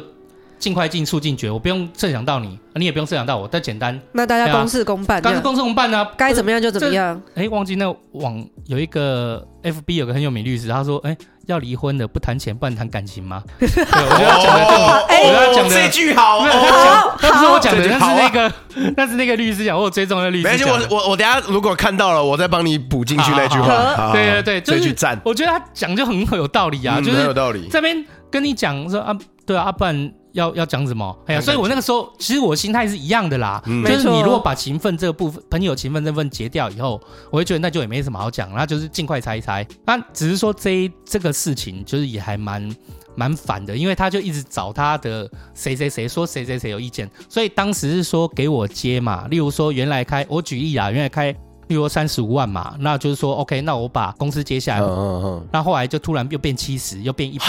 尽快尽速尽绝，我不用设想到你，你也不用设想到我，但简单，
那大家公事公办，
刚是公司公办呢、
啊该怎么样就怎么样。
啊哎，忘记那网有一个 FB 有个很有名律师，他说，哎，要离婚的不谈钱，不然谈感情 吗？对，我觉得他讲的更好，我觉得他讲
哦
的
这句好
哦
哦
没有，他讲，他不是我讲的，
这
那
就好啊
是那个，那是那个律师讲，我有追踪的律
没
师
关系，
讲的。
我我我等一下如果看到了，我再帮你补进去那句话。
好好
好好好
对对对，就
这句
是
赞，
我觉得他讲就很有道理啊，
嗯
就
很有
是
道理。
这边跟你讲说啊，对啊，啊不然要要讲什么？哎呀，所以我那个时候其实我心态是一样的啦，
嗯
就是
没
你
错
如果把情分这个部分，朋友情分这部分结掉以后，我会觉得那就也没什么好讲，那就是尽快拆一拆。那只是说这一这个事情就是也还蛮。蛮烦的，因为他就一直找他的谁谁谁说谁谁谁有意见，所以当时是说给我接嘛。例如说原来开，我举例啊，原来开，例如说三十五万嘛，那就是说 OK，那我把公司接下来，
嗯嗯嗯，
那后来就突然又变七十，又变一百，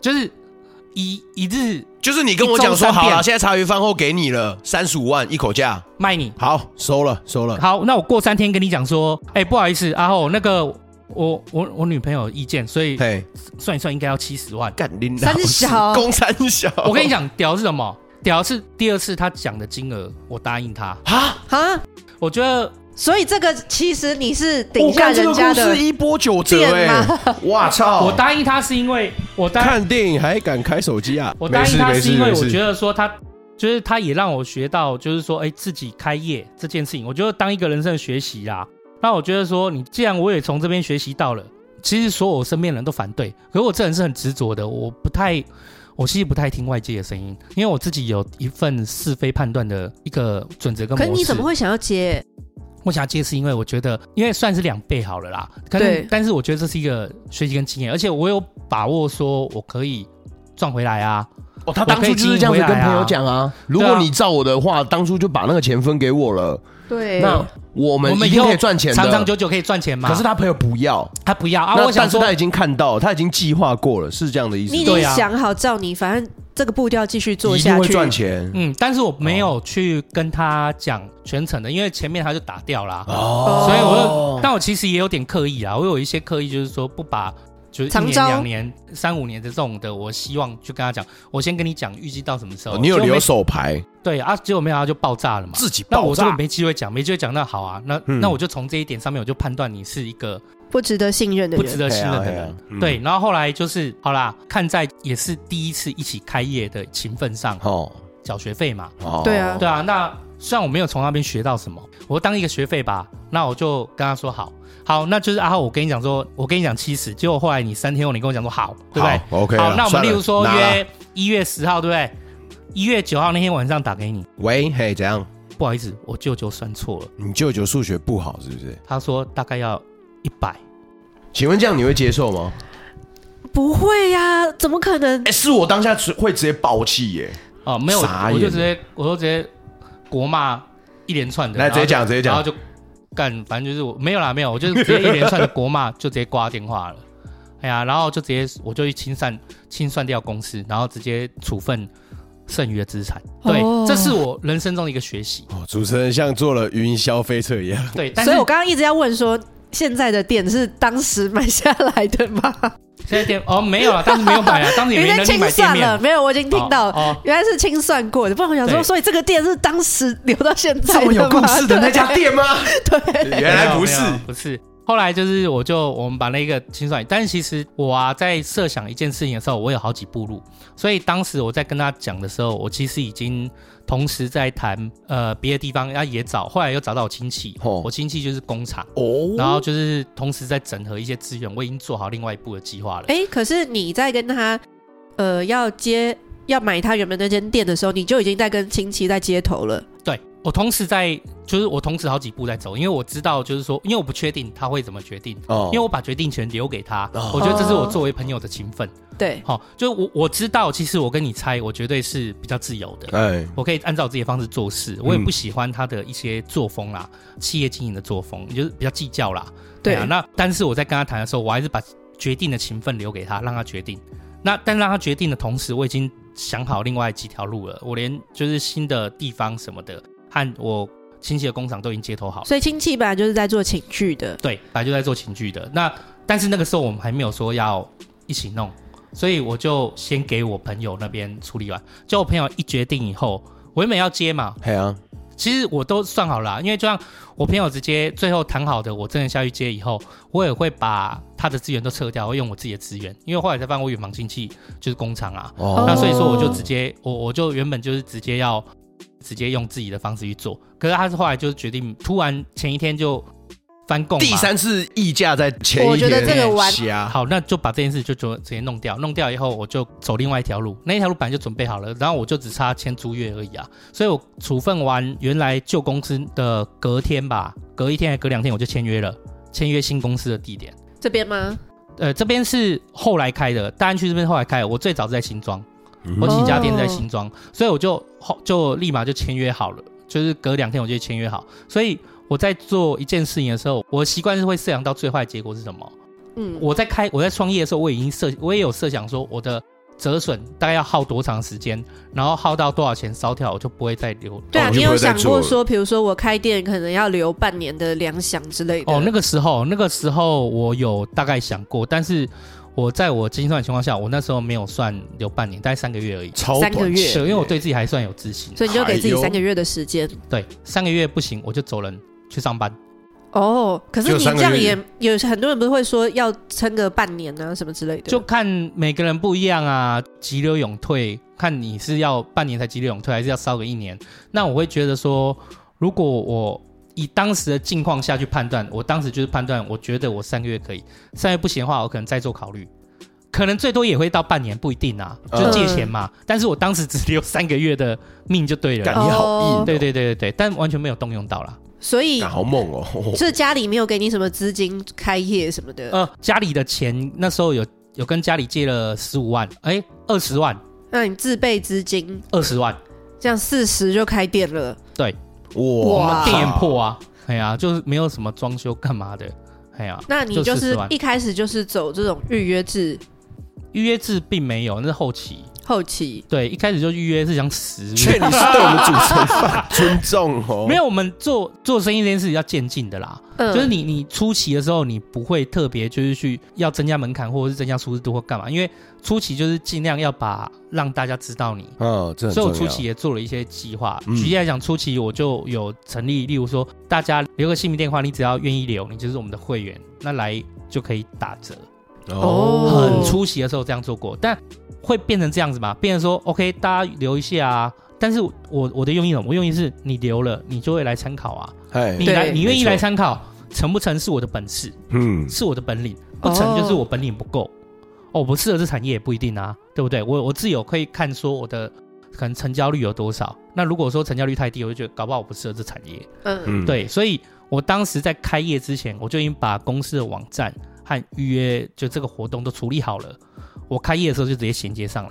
就是一一日
就是你跟我讲说
一周三
好
遍
了，现在茶余饭后给你了三十五万一口价，
卖你。
好收了收了。
好，那我过三天跟你讲说，哎、不好意思，阿后那个我我我女朋友有意见，所以
嘿，
算一算应该要七十万。
干林
三小
公三小，
我跟你讲，屌是什么？屌是第二次他讲的金额，我答应他。
啊，
啊，
我觉得
所以这个其实你是顶
我
下
看这
人
个
家
故
的啊
事，一波九折
贱
哎， 哇操！
我答应他是因为我答
看电影还敢开手机啊？
我答应他
没事
是因为
没事
我
没
觉
事
得说他。就是他也让我学到，就是说，哎、自己开业这件事情，我觉得当一个人生的学习啦。那我觉得说，你既然我也从这边学习到了，其实所有我身边人都反对，可是我这人是很执着的，我不太，我其实不太听外界的声音，因为我自己有一份是非判断的一个准则 跟模
可
式。
你怎么会想要接？
我想要接是因为我觉得，因为算是两倍好了啦。可
对
能，但是我觉得这是一个学习跟经验，而且我有把握说我可以赚回来啊。
哦，他
我可以
当初就是这样子
经营回
跟
来啊
朋友讲啊。如果你照我的话，当初就把那个钱分给我了，
对
那我们
我们
一
以
定
后
可以赚钱
长长
的。
久久可以赚钱嘛。
可是他朋友不要，
他不要啊，
那
我想
但是
说
他已经看到，他已经计划过了，是这样的意思
你已。经
对啊
想好，照你，反正这个步调继续做
一
下
定会
去，
赚钱
嗯，但是我没有去跟他讲全程的，因为前面他就打掉啦。
哦
所以我就，但我其实也有点刻意啊，我有一些刻意就是说不把。就是
长
一年、
招
两年、三五年的这种的，我希望去跟他讲，我先跟你讲，预计到什么时候。
哦你有
结果
留
没
手牌，
对啊，结果没想到就爆炸了嘛。
自己
那我
爆
这个
炸。
没机会讲，没机会讲，那好啊，那、
嗯
那我就从这一点上面，我就判断你是一个
不值得信任的
不
人。
值得信任的
对啊
人。
对啊嗯
对，然后后来就是好啦，看在也是第一次一起开业的情分上，
哦
缴学费嘛。
哦
对啊
对啊，那虽然我没有从那边学到什么，我当一个学费吧。那我就跟他说好，好，那就是啊，我跟你讲说，我跟你讲七十，结果后来你三天后你跟我讲说好，对不对？
好，OK 啦
好，那我
算
们
了
例如说
拿啦
约一月十号，对不对？一月九号那天晚上打给你，
喂，嘿，怎样？
不好意思，我舅舅算错了。
你舅舅数学不好是不是？
他说大概要一百，
请问这样你会接受吗？
不会呀、怎么可能？
哎，是我当下直会直接爆气耶！
哦，没有，
傻眼
我就直接我就直接国骂一连串的，
来
然后就
直接讲直接讲
然后就干，反正就是我没有啦，没有，我就直接一连串的国骂，就直接挂电话了。哎呀， 然后就直接我就去清算清算掉公司，然后直接处分剩余的资产。对，
哦
这是我人生中的一个学习。
哦主持人像做了云霄飞车一 样，
对，但是
所以我刚刚一直要问说，现在的店是当时买下来的 吗？
现在店哦没有了，当时没有买啊，当时也
已
没能
经
力
清
买店
算
面
了，。没有，我已经听到。
哦哦
原来是清算过的，不然我想说，
对
所以这个店是当时留到现在
这
的吗
么有故事的那家店 吗？
对，
原来不是
没有，没有不是。后来就是，我就我们把那个清算，但是其实我啊在设想一件事情的时候，我有好几步路，所以当时我在跟他讲的时候，我其实已经同时在谈呃别的地方，然后也找，后来又找到我亲戚，
哦
我亲戚就是工厂，
哦，
然后就是同时在整合一些资源，我已经做好另外一步的计划了。
嗯
哎、可是你在跟他呃要接要买他原本那间店的时候，你就已经在跟亲戚在接头了。
对我同时在，就是我同时好几步在走，因为我知道就是说，因为我不确定他会怎么决定，
哦
因为我把决定权留给他，
哦
我觉得这是我作为朋友的情分。
对，
好、就我我知道，其实我跟你猜，我绝对是比较自由的，
哎，
我可以按照自己的方式做事，我也不喜欢他的一些作风啦，企业经营的作风，就是比较计较啦。哎
对
啊，那但是我在跟他谈的时候，我还是把决定的情分留给他，让他决定。那但让他决定的同时，我已经想好另外几条路了。我连就是新的地方什么的，和我亲戚的工厂都已经接头好了。
所以亲戚本来就是在做情趣的，
对，本来就在做情剧的。那但是那个时候我们还没有说要一起弄，所以我就先给我朋友那边处理完。就我朋友一决定以后，我原本要接嘛，
嘿啊，
其实我都算好了啊、因为就像我朋友直接最后谈好的，我真的下去接以后，我也会把他的资源都撤掉，我会用我自己的资源，因为后来才发现我远房亲戚就是工厂啊，
哦
那所以说我就直接我我就原本就是直接要直接用自己的方式去做，可是他是后来就是决定突然前一天就翻供嘛，
第三次议价在前一天，
我觉得这个完
瞎
啊好，那就把这件事就就直接弄掉，弄掉以后我就走另外一条路，那一条路本来就准备好了，然后我就只差签租约而已啊，所以我处分完原来旧公司的隔天吧，隔一天还隔两天我就签约了，签约新公司的地点，
这边吗？
呃，这边是后来开的，大安区这边后来开的，我最早是在新庄，
嗯
我
嗯
起家店在新庄，所以我就后就立马就签约好了，就是隔两天我就签约好，所以我在做一件事情的时候，我习惯是会设想到最坏的结果是什么。
嗯，
我在开我在创业的时候，我已经设我也有设想说我的折损大概要耗多长时间，然后耗到多少钱烧掉，我就不会再留。
对啊，
哦
你
就不
有
会再
想
做
过
了
说，比如说我开店可能要留半年的粮饷之类的？
哦，那个时候那个时候我有大概想过，但是我在我精算的情况下，我那时候没有算留半年，大概三个月而已。
超
三个
短
月
是因为我对自己还算有自信，
所以你就给自己
哎呦
三个月的时间。
对，三个月不行我就走人去上班。
哦，可是
就
你
三
这
个
样
月
也有很多人不是会说要撑个半年啊什么之类的，
就看每个人不一样啊，急流勇退，看你是要半年才急流勇退，还是要烧个一年。那我会觉得说，如果我以当时的境况下去判断，我当时就是判断，我觉得我三个月可以，三个月不行的话，我可能再做考虑，可能最多也会到半年，不一定啊，
嗯
就借钱嘛。但是我当时只留三个月的命就对
感
了，
你好硬哦，
对对对对对，但完全没有动用到啦。
所以
干好猛哦，
这家里没有给你什么资金开业什么的。
呃，家里的钱那时候有有跟家里借了十五万，哎，二十万，
那你自备资金，
二十万。
这样四十就开店了。
哇，
哇
店破啊，哎呀、就是没有什么装修干嘛的，哎呀、
那你就
40
是
万
一开始就是走这种预约制
预约制并没有，那是后期。
后期，
对，一开始就预约是想死
劝你是对我们主持人犯尊重哦，
没有，我们做做生意这件事情要渐进的啦，
嗯，
就是你你初期的时候，你不会特别就是去要增加门槛或者是增加舒适度或干嘛，因为初期就是尽量要把让大家知道你，
嗯，这很
所以我
重
初
要
期也做了一些计划。
嗯
举例来讲，初期我就有成立，例如说大家留个姓名电话，你只要愿意留，你就是我们的会员，那来就可以打折。
哦
很出息的时候这样做过，但会变成这样子吗？变成说 OK，大家留一下啊。但是我我的用意是什么？我用意是你留了，你就会来参考啊。
哎
你来，
对
你愿意
没错
来参考，成不成是我的本事，
嗯，
是我的本领；不成就是我本领不够。哦，我不适合这产业也不一定啊，对不对？我我自己有可以看说我的可能成交率有多少。那如果说成交率太低，我就觉得搞不好我不适合这产业。
嗯，
嗯，
对，所以我当时在开业之前，我就已经把公司的网站和预约就这个活动都处理好了。我开业的时候就直接衔接上来。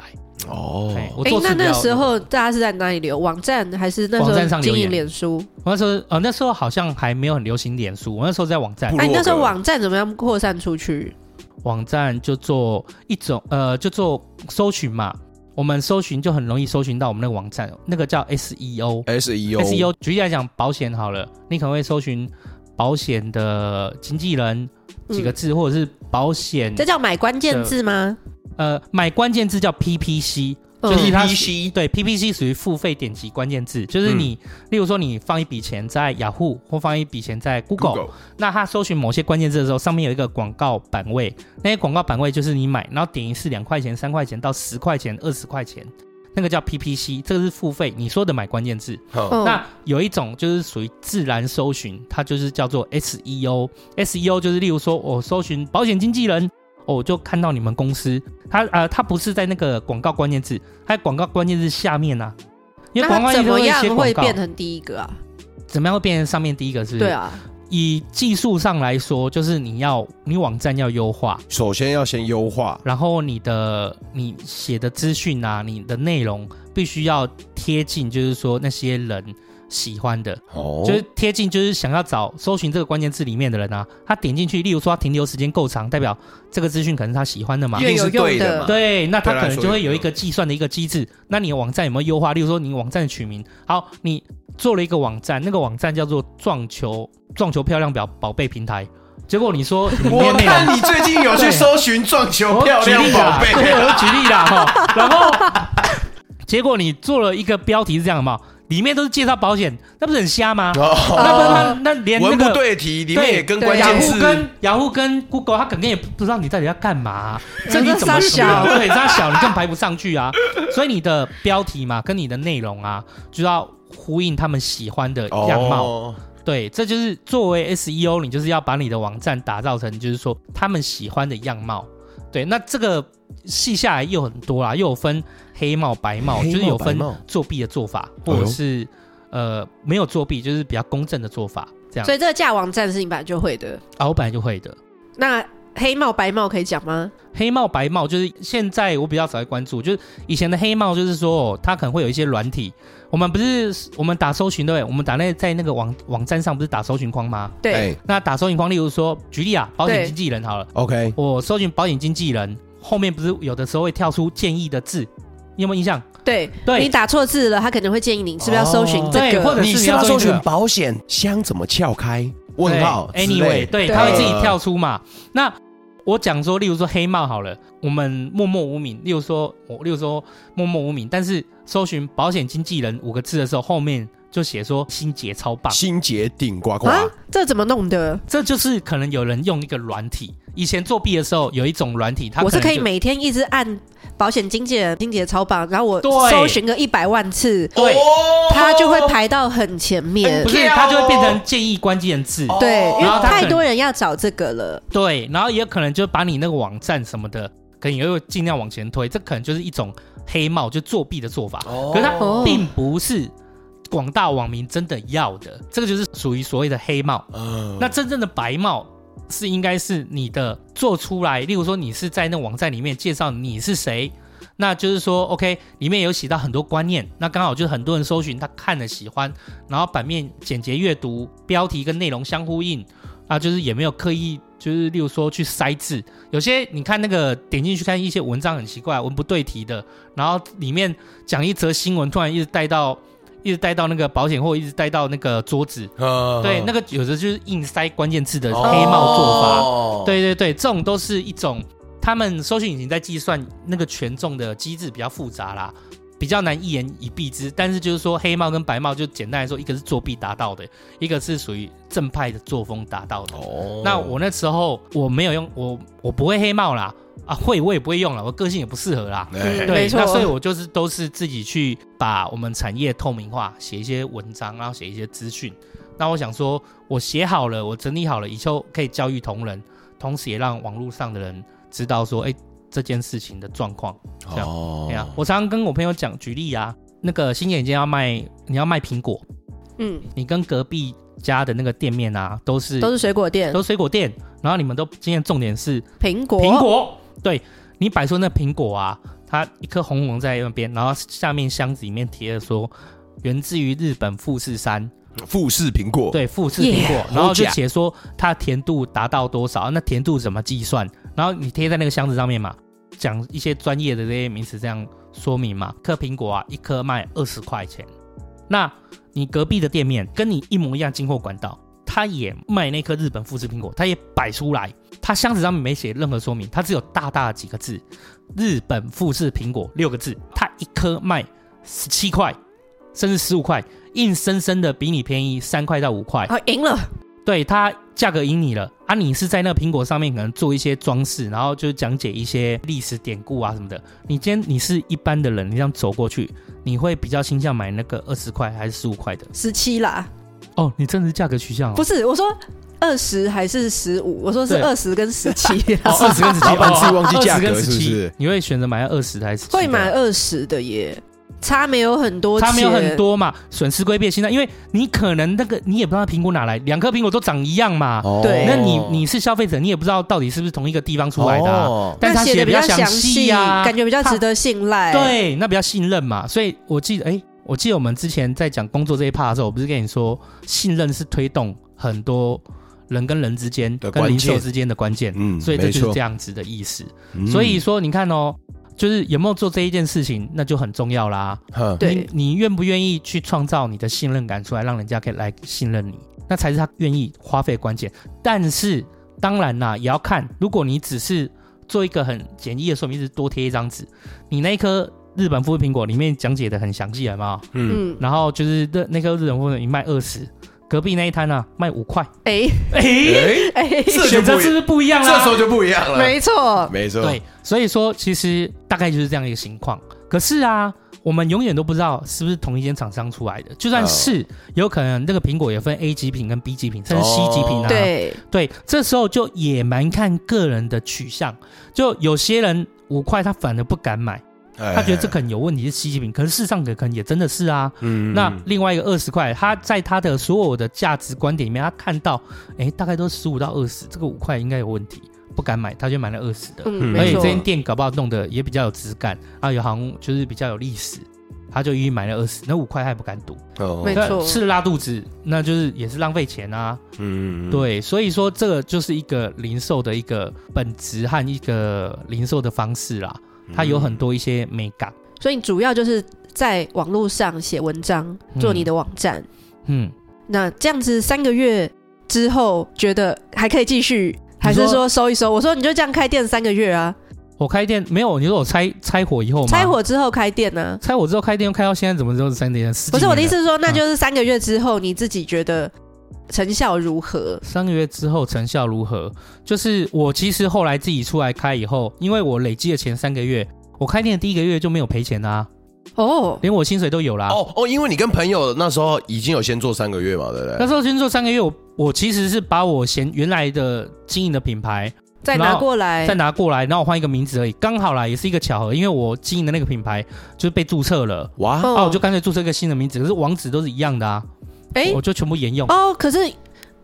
哦，
哎，我
哎、
做事
那
比较
那时候大家是在哪里留？网站还是那
网站
时候
上
经
留言
营脸书？
我那时候呃那时候好像还没有很流行脸书，我那时候在网站
部
哎、
落格
你那时候网站怎么样扩散出去？
网站就做一种呃就做搜寻嘛，我们搜寻就很容易搜寻到我们那个网站，那个叫 E SEO。
E
SEO
SEO E 举例来讲，保险好了，你可能会搜寻保险的经纪人几个字，或者是保险
嗯这叫买关键字吗？
呃，买关键字叫 PPC，
嗯
就是它
PPC
对 PPC 属于付费点击关键字，就是你，例如说你放一笔钱在雅虎或放一笔钱在 Google，, 那它搜寻某些关键字的时候，上面有一个广告版位，那些广告版位就是你买，然后点一次两块钱、三块钱到十块钱、二十块钱，那个叫 PPC，这个是付费。你说的买关键字，
好
嗯，
那有一种就是属于自然搜寻，它就是叫做 E SEO。SEO 就是例如说我搜寻保险经纪人，哦我就看到你们公司，它呃它不是在那个广告关键字，它在广告关键字下面呐、啊。因
那
为广告
它
关
怎
键字
么
会有一
样
些
会
广告
变成第一个啊？
怎么样会变成上面第一个是不是？
对。啊，
以技术上来说，就是你要你网站要优化，
首先要先优化，
然后你的你写的资讯啊，你的内容必须要贴近，就是说那些人喜欢的，
哦
就是贴近，就是想要找搜寻这个关键字里面的人啊，他点进去，例如说他停留时间够长，代表这个资讯可能是他喜欢的嘛
一。定是对
有用
的
的
嘛，
对，那他
对他
可
来说
能就
有
会有一
用
个计算的一个机制。那你的网站有没有优化？例如说，你网站的取名，好，你做了一个网站，那个网站叫做“撞球撞球漂亮表宝贝平台”，结果你说里
我
面内容
看你最近有去搜寻撞球
我
漂
举
亮
例啊啦
宝贝，
对，哦我举例啦哈。然后结果你做了一个标题是这样的嘛，里面都是介绍保险，那不是很瞎吗？
哦
那不是他那连那
文不
个。
对题，里面也跟关
雅
键
虎
字
跟雅虎跟 Google，他肯定也不知道你到底要干嘛、这
真
你
的
怎
傻
么写啊？
小
对，这样小你更排不上去啊。 所以你的标题嘛，跟你的内容啊，就要呼应他们喜欢的样貌。
哦
对，这就是作为 SEO，你就是要把你的网站打造成就是说他们喜欢的样貌。对，那这个细下来又很多啦，啊又有分黑帽白帽，
黑帽
就是有分
白帽
作弊的做法，或者是、呃没有作弊，就是比较公正的做法。这样
所，以这个架网站是你本来就会的。
啊，我本来就会的。
那黑帽白帽可以讲吗？
黑帽白帽就是现在我比较少在关注，就是以前的黑帽就是说、哦它可能会有一些软体，我们不是我们打搜寻对不对？我们打那在那个网网站上不是打搜寻框吗？
对，
哎
那打搜寻框，例如说举例啊，保险
对
经纪人好了。
，OK，
我搜寻保险经纪人，后面不是有的时候会跳出建议的字，你有没有印象？
对，
对哦
你打错字了，他肯定会建议你是不是要搜寻这
对
个，
或者是
你
你
是
要
要
搜
搜
寻
寻
这个
保险箱怎么撬开？问号
对
之类
，anyway，
的
对，
对
他会自己跳出嘛。那我讲说，例如说黑帽好了，我们默默无名，例如说我，例如说默默无名，但是搜寻保险经纪人五个字的时候，后面就写说心杰超棒，
心结顶呱呱，
啊，这怎么弄的？
这就是可能有人用一个软体，以前作弊的时候有一种软体，它
我是
能
可以
就
每天一直按保险经纪人经纪人超棒，然后我
对
搜寻个一百万次，
对，
哦
他就会排到很前面
哎不。是它就会变成建议关键字。
对，因为
然后他可
太
能
多人要找这个了。
对，然后也可能就把你那个网站什么的，可能也会尽量往前推，这可能就是一种黑帽，就作弊的做法。
哦
可是它
哦
并不是广大网民真的要的，这个就是属于所谓的黑帽。
嗯
那真正的白帽是应该是你的做出来，例如说你是在那网站里面介绍你是谁，那就是说 OK，里面有写到很多观念，那刚好就是很多人搜寻他看了喜欢，然后版面简洁阅读，标题跟内容相呼应，啊，就是也没有刻意。就是，例如说去塞字，有些你看那个点进去看一些文章很奇怪，文不对题的，然后里面讲一则新闻，突然一直带到，一直带到那个保险或一直带到那个桌子，
嗯
对，那个有的就是硬塞关键字的黑帽做法。
法，
对对对，这种都是一种他们搜寻引擎在计算那个权重的机制比较复杂啦，比较难一言以蔽之。但是就是说，黑帽跟白帽就简单来说，一个是作弊达到的，一个是属于正派的作风达到的。
哦
那我那时候我没有用，我我不会黑帽啦，啊会我也不会用了，我个性也不适合啦。
哎
没
对，
错
那所以我就是都是自己去把我们产业透明化，写一些文章，然后写一些资讯。那我想说，我写好了，我整理好了，以后可以教育同仁，同时也让网络上的人知道说，哎，这件事情的状况。这样
哦
对啊，我常常跟我朋友讲，举例啊，那个新眼睛要卖，你要卖苹果，
嗯，
你跟隔壁家的那个店面啊，都是
都是水果店
都，是水果店，然后你们都今天重点是
苹果，
苹果，对你摆出那苹果啊，它一颗红红在那边，然后下面箱子里面贴着说。源自于日本富士山，
富士苹
哦
果，
对富士苹果
Yeah，
然后就
好假
写说它甜度达到多少，那甜度怎么计算？然后你贴在那个箱子上面嘛，讲一些专业的这些名词，这样说明嘛。颗苹果啊，一颗卖二十块钱，那你隔壁的店面跟你一模一样进货管道，他也卖那颗日本富士苹果，他也摆出来，他箱子上面没写任何说明，他只有大大的几个字“日本富士苹果”六个字，他一颗卖十七块，甚至十五块，硬生生的比你便宜三块到五块。
啊，赢了，
对它价格赢你了啊！你是在那个苹果上面可能做一些装饰，然后就讲解一些历史典故啊什么的。你今天你是一般的人，你这样走过去，你会比较倾向买那个二十块还是十五块的？
十七啦，
哦，你真的是价格取向哦，
不是，我说二十还是十五？我说是
对
二十跟十七，
哦二 十跟十七，
老板自己忘记
哦
价格
20跟17
是不是
你会选择买二十还是17的
会买？二十的耶，差没有很多，
它没有很，多嘛，损失归变啊现在，因为你可能那个你也不知道苹果哪来，两颗苹果都长一样嘛。
哦
对
啊那你你是消费者，你也不知道到底是不是同一个地方出来的、啊。
哦
但是
那
它
写的
得比
较
详
细
呀、啊，
感觉比较值得信赖。，
对，那比较信任嘛，所以我记得，哎、我记得我们之前在讲工作这一趴的时候，我不是跟你说，信任是推动很多人跟人之间、
的
跟
关
零售
键
之间的关键。
嗯
所以这
没
就是
错
这样子的意思。
嗯
所以说，你看哦，就是有没有做这一件事情，那就很重要啦。
哼
对
你你愿不愿意去创造你的信任感出来，让人家可以来信任你，那才是他愿意花费的关键。但是当然啦，也要看，如果你只是做一个很简易的说明，是多贴一张纸，你那一颗日本富士苹果里面讲解的很详细，有没有？
嗯，
嗯，
然后就是那那颗日本富士苹果你卖二十，隔壁那一摊呢、啊、卖五块，
哎
哎、
哎，
哎，
这就
选择
不一
是不是不一样
这
啦？
时候就不一样了，
没错，
没错，
对，所以说其实大概就是这样一个情况。可是啊，我们永远都不知道是不是同一间厂商出来的，就算
啊
是，有可能那个苹果也分 A 级品跟 B 级品，甚至 C 级品
哦
啊。
对，
对，这时候就也蛮看个人的取向，就有些人五块他反而不敢买，
哎，
他觉得这可能有问题是 C 级品，可是事实上可可能也真的是啊。
嗯，嗯
那另外一个二十块，他在他的所有的价值观点里面，他看到，哎，大概都十五到二十，这个五块应该有问题，不敢买，他就买了二十的。
嗯，
嗯
而
没
且这
错，
间店搞不好弄得也比较有质感啊，有行就是比较有历史，他就一买了二十，那五块他也不敢赌，
哦
没
嗯
错
那吃拉肚子，那就是也是浪费钱啊。
嗯，嗯，
对，所以说这个就是一个零售的一个本质和一个零售的方式啦，
嗯
它有很多一些美感。
所以你主要就是在网络上写文章，
嗯
做你的网站。
嗯，
那这样子三个月之后，觉得还可以继续，还是说收一收？我说你就这样开店三个月啊，
我开店没有，你说我拆拆伙以后吗？
拆伙之后开店呢、
拆伙之后开店，又开到现在怎么就是三年？十几
不是我的
年
意思
了，
是说，那就是三个月之后你自己觉得成效如何？
三个月之后成效如何？就是我其实后来自己出来开以后，因为我累积的前三个月，我开店的第一个月就没有赔钱啦、
哦，
连我薪水都有啦。
哦哦，因为你跟朋友那时候已经有先做三个月嘛，对不
那
对？
时候先做三个月，我我其实是把我嫌原来的经营的品牌
再拿过来
再，拿过来，然后我换一个名字而已，刚好啦，也是一个巧合，因为我经营的那个品牌就是被注册了，
哇，
哦
啊，我就干脆注册一个新的名字，可是网址都是一样的啊，
哎
我就全部沿用。
哦，可是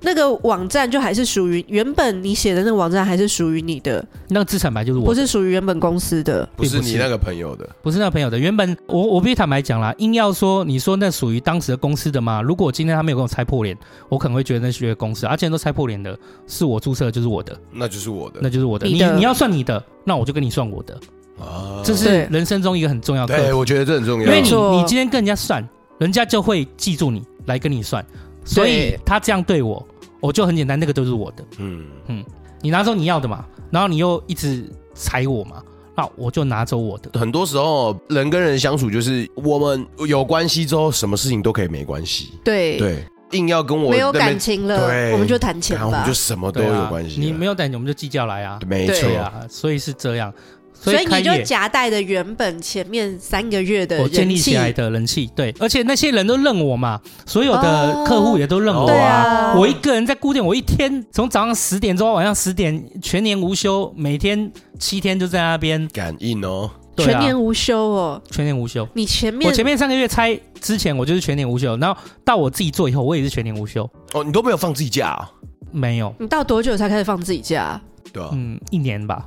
那个网站就还是属于原本你写的那个网站，还是属于你的，
那个资产牌就是我
不是属于原本公司的。
不是
并不是
你那个朋友的，
不是那个朋友的。原本我我必须坦白讲啦，硬要说你说那属于当时的公司的嘛，如果今天他没有跟我拆破脸，我可能会觉得那是公司。啊，既然都拆破脸的，是我注册的就是我的，
那就是我的
那就是我的。
你
你
的
你要算你的，那我就跟你算我的。
啊
这是
对
人生中一个很重要的课
对，
题，
我觉得这很重要，
因为你
没错
你今天跟人家算，人家就会记住你来跟你算，所以
对
他这样对我，我就很简单，那个都是我的。
嗯，
你拿走你要的嘛，然后你又一直踩我嘛，那我就拿走我的。
很多时候人跟人相处就是我们有关系之后，什么事情都可以没关系，
对，
对，硬要跟我
没有
在那边
感情了
对，
我们就谈钱
然后我们
吧
就。什么都
对
有
啊
关系了，
你没有等，我们就计较来啊。
没
对
错
对，啊，所以是这样，
所以
开
你就
业
夹带的原本前面三个月的
我建立
人气
起，来的人气，对，而且那些人都认我嘛，所有的客户也都认我
哦对啊，
我一个人在固定，我一天从早上十点做到晚上十点，全年无休，每天七天就在那边，
感应哦，
对
全
啊，
年无休哦。
全年无休。
你前面
我前面三个月拆之前，我就是全年无休，然后到我自己做以后，我也是全年无休，
哦，你都没有放自己假哦，
没有，
你到多久才开始放自己假？
对啊，
嗯，一年吧。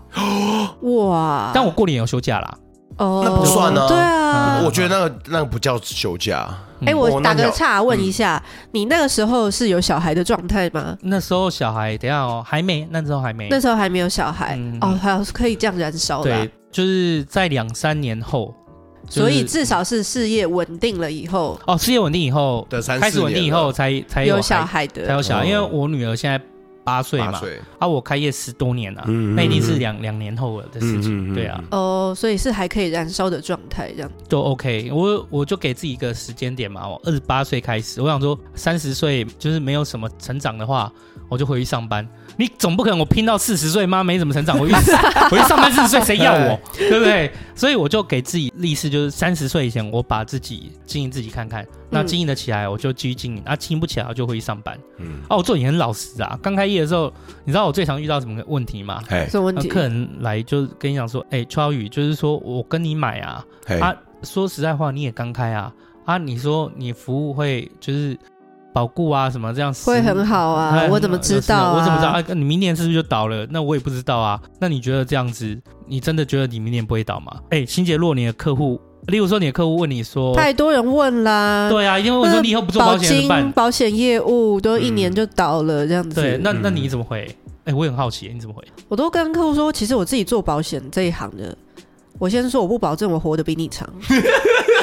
哇！
但我过年有休假啦，
哦
那不算啊
对啊
嗯。
我觉得那个那个不叫休假，
哎，我
哦那嗯
打个
了
岔问一下，你那个时候是有小孩的状态吗？
那时候小孩，等一下哦，还没，那时候还没，
那时候还没有小孩
嗯
哦，还有可以这样燃
哦
烧的啊
对，，就是在两三年后，就是
所以至少是事业稳定了以后
哦，事业稳定以后，
的三
开始
四
稳定以
年
后
了
才才
有
有
小
孩，
孩
才
的
有小孩，
哦
因为我女儿现在八岁
八
嘛，
岁，
啊，我开业十多年了、啊
嗯
那一定是
嗯
两两年后的事
嗯嗯嗯
情，对啊
嗯，
哦，所以是还可以燃烧的状态这样。
都 OK，我我就给自己一个时间点嘛，我二十八岁开始，我想说三十岁就是没有什么成长的话，我就回去上班。你总不可能我拼到四十岁，妈没怎么成长，我去我去上班四十岁，谁要我，对不对？所以我就给自己立誓，就是三十岁以前，我把自己经营自己看看，那
嗯
经营得起来我就继续经营，啊，经营不起来我就回去上班。
嗯，
啊，我做也很老实啊。刚开业的时候，你知道我最常遇到什么问题吗？
嘿，
什么问
啊
题？
客人来就跟你讲说，哎、邱小雨，就是说我跟你买啊，
嘿，
哎
啊说实在话，你也刚开啊，啊，你说你服务会就是保固啊什么这样十
会很好啊，
哎
我怎么知道啊？
我怎么知道？啊？你明年是不是就倒了？那我也不知道啊。那你觉得这样子，你真的觉得你明年不会倒吗？哎，新杰若你的客户例如说，你的客户问你说，
太多人问啦。
对啊，因为我说你以后不做
保
保险怎么
金
办？嗯
保险业务都一年就倒了这样子，
对，那
嗯
那你怎么回？哎、我也很好奇，你怎么回？
我都跟客户说，其实我自己做保险这一行的，我先说我不保证我活得比你 长，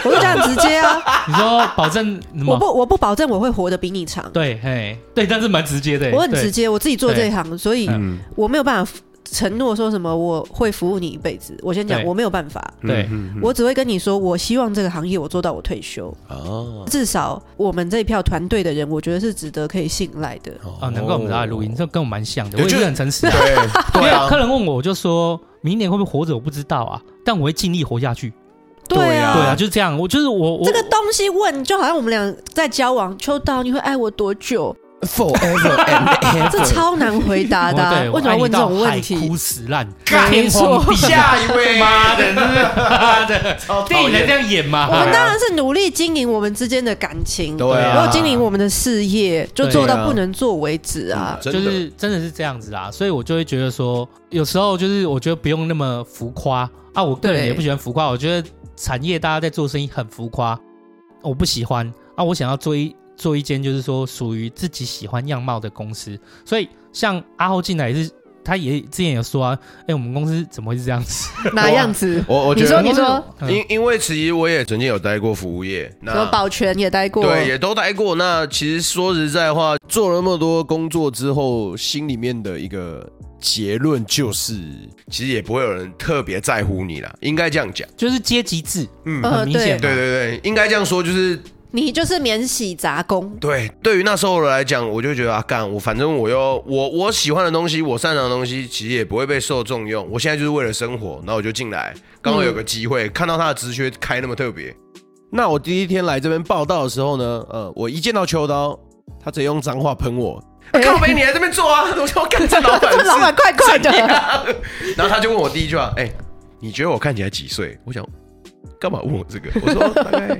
我就这样直接啊，
你说保证什
我
么？
不我不保证我会活得比你长，
对，嘿，对，但是蛮直接的。
我很
对
直接，我自己做这一行，所以
嗯，
我没有办法承诺说什么我会服务你一辈子。我先讲，
对
我没有办法，
对
嗯，
我只会跟你说，我希望这个行业我做到我退休，
哦
至少我们这一票团队的人，我觉得是值得可以信赖的。
啊，难怪我们在
哦
录音，这跟我蛮像的，
我
我也
觉
是
得
很诚实啊。
哦对
没
对
有
啊
客，人问我，我就说明年会不会活着，我不知道啊，但我会尽力活下去。
对
对啊，
啊。
就是这样。我就是我，我
这个东西问，就好像我们俩在交往，秋刀你会爱我多久？
，forever and
这
ever，
超难回答的啊、
对，
为什么要
我爱你
问这
到
种问
海
题
枯？石烂，
干
天 荒地 老。
下一位
妈的，真的， 妈的，电影哦才这样演嘛。
我们当然是努力经营我们之间的感情，
对
啊
然后经营我们的事业，就做
对啊
到不能做为止啊。
嗯真
就
的
是真的是这样子啦，所以我就会觉得说，有时候就是我觉得不用那么浮夸啊，我个人
对
也不喜欢浮夸，我觉得产业大家在做生意很浮夸，我不喜欢啊，我想要做一做一间就是说属于自己喜欢样貌的公司，所以像阿后进来也是，他也之前有说啊，哎、我们公司怎么会是这样子？
哪样子？
嗯我我
你
觉
说，
得
你说，
嗯
因因为其实我也曾经有待过服务业，那
什么保全也待过，
对，也都待过。那其实说实在话，做了那么多工作之后，心里面的一个结论就是，其实也不会有人特别在乎你啦，应该这样讲。
就是阶级制，
嗯
呃
很明显嘛、
对对对，应该这样说，就是
你就是免洗杂工，
对。对于那时候的来讲，我就觉得啊，干我反正我又我我喜欢的东西，我擅长的东西，其实也不会被受重用。我现在就是为了生活，然后我就进来，刚好有个机会、看到他的职缺 开那么特别，
那我第一天来这边报道的时候呢，呃，我一见到秋刀，他直接用脏话喷我，
啊靠北你来这边做啊！我说干这老板 啊
这老板怪怪的
是怎样然后他就问我第一句话：“哎、你觉得我看起来几岁？”我想干嘛问我这个？ 我说大概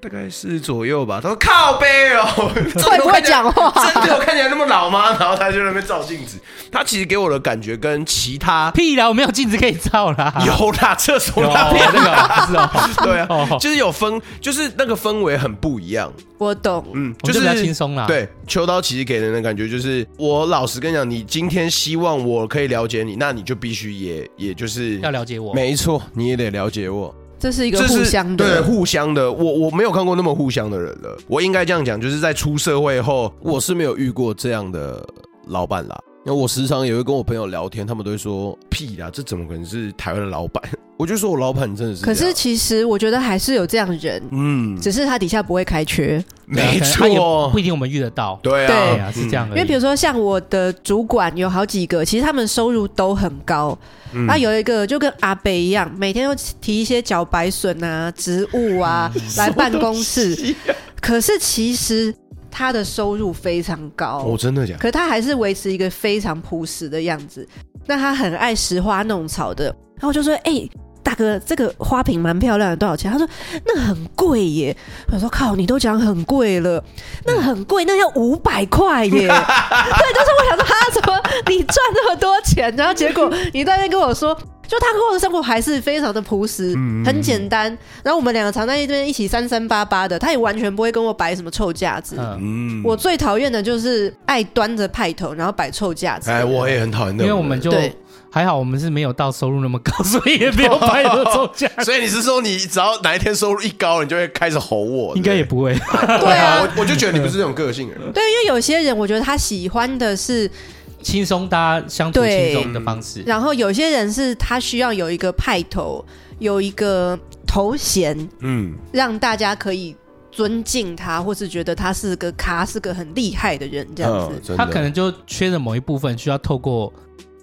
大概四十左右吧。他说靠背哦，
会不会讲话？
真的我看起来那么老吗？ 然后他就在那边照镜子。
他其实给我的感觉跟其 他
屁啦，我没有镜子可以照啦，
有啦，厕所
有
那
啊
边
那个啊是哦，
对啊，
哦，
就是有氛，就是那个氛围很不一样。
我懂，
嗯，
我
是
就比较轻松啦，
对，秋刀其实给人的感觉就是，我老实跟你讲，你今天希望我可以了解你，那你就必须也也就是
要了解我。
没错，你也得了解我，
这是一个
这是
互相
对
的。
互相的。我我没有看过那么互相的人了，我应该这样讲，就是在出社会后，我是没有遇过这样的老板啦。那我时常也会跟我朋友聊天，他们都会说屁啦，这怎么可能是台湾的老板？我就说我老板真的是这
可
样，
是其实我觉得还是有这样的人，
嗯，
只是他底下不会开缺。
对啊
没
可能他也
错
不，一定我们遇得到。
对啊，
对
对
啊，是这样
哎
而已。
因为比如说像我的主管有好几个，其实他们收入都很高，
嗯
那、有一个就跟阿北一样，每天都提一些茭白笋啊、植物 啊、来办公室，可是其实他的收入非常高。
哦，真的假的？
可他还是维持一个非常朴实的样子。那他很爱拾花弄草的，然后我就说：“哎、大哥，这个花瓶蛮漂亮的，多少钱？”他说：“那很贵耶。”我说：“靠，你都讲很贵了，那很贵，那要五百块耶。”对，就是我想说，他怎么你赚那么多钱，然后结果你在那边跟我说。就他过的生活还是非常的朴实，很简单。然后我们两个常在那边一起三三八八的，他也完全不会跟我摆什么臭架子。
嗯，
嗯，
我最讨厌的就是爱端着派头，然后摆臭架子。
哎，我也很讨厌那种人，
因为我们就
对
还好，我们是没有到收入那么高， 所以也没有拍多抽奖，
所以你是说，你只要哪一天收入一高，你就会开始吼我？
应该也不会。
对啊，
我我就觉得你不是这种个性的人。
对，因为有些人我觉得他喜欢的是，
轻松大家相处轻
对
松的方式，
然后有些人是他需要有一个派头，有一个头衔，
嗯，
让大家可以尊敬他，或是觉得他是个咖，是个很厉嗯害的人
这
这样子。
子
他可能就缺了某一部分，需要透过。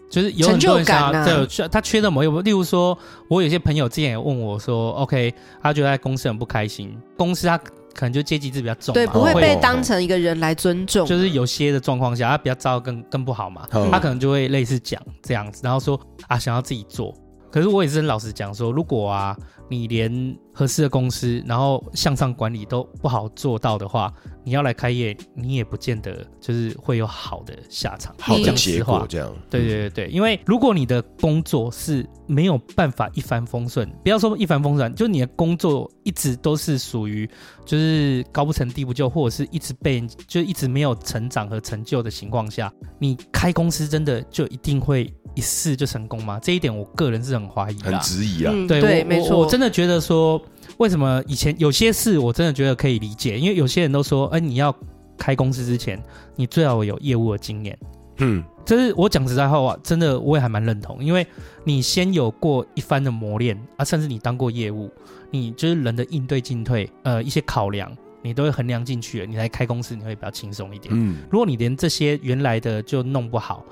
就是有很多
成就
人
感
想要
啊
对，需要他缺的某一部分，例如说，我有些朋友之前也问我说，OK，他觉得在公司很不开心，公司他可能就阶级制比较重嘛，
对，不会
哦
被当成一个人来尊重。
就是有些的状况下，他比较糟更更不好嘛，
嗯
他可能就会类似讲这样子，然后说啊想要自己做，可是我也是很老实讲说，如果啊，你连合适的公司，然后向上管理都不好做到的话，你要来开业，你也不见得就是会有好的下场。
好的
讲
结
实
果
话，
这样。
对对对对，因为如果你的工作是没有办法一帆风顺，不要说一帆风顺，就你的工作一直都是属于就是高不成低不就，或者是一直被人就一直没有成长和成就的情况下，你开公司真的就一定会一试就成功吗？这一点我个人是很怀疑
很
的。
质疑啊，
嗯，
对，
对，
我
没
我
错，
我真的觉得说，为什么以前有些事我真的觉得可以理解，因为有些人都说，哎、你要开公司之前，你最好有业务的经验。
嗯，
这是我讲实在话，真的我也还蛮认同，因为你先有过一番的磨练啊，甚至你当过业务，你就是人的应对进退，呃，一些考量，你都会衡量进去了，你来开公司你会比较轻松一点。
嗯，
如果你连这些原来的就弄不好，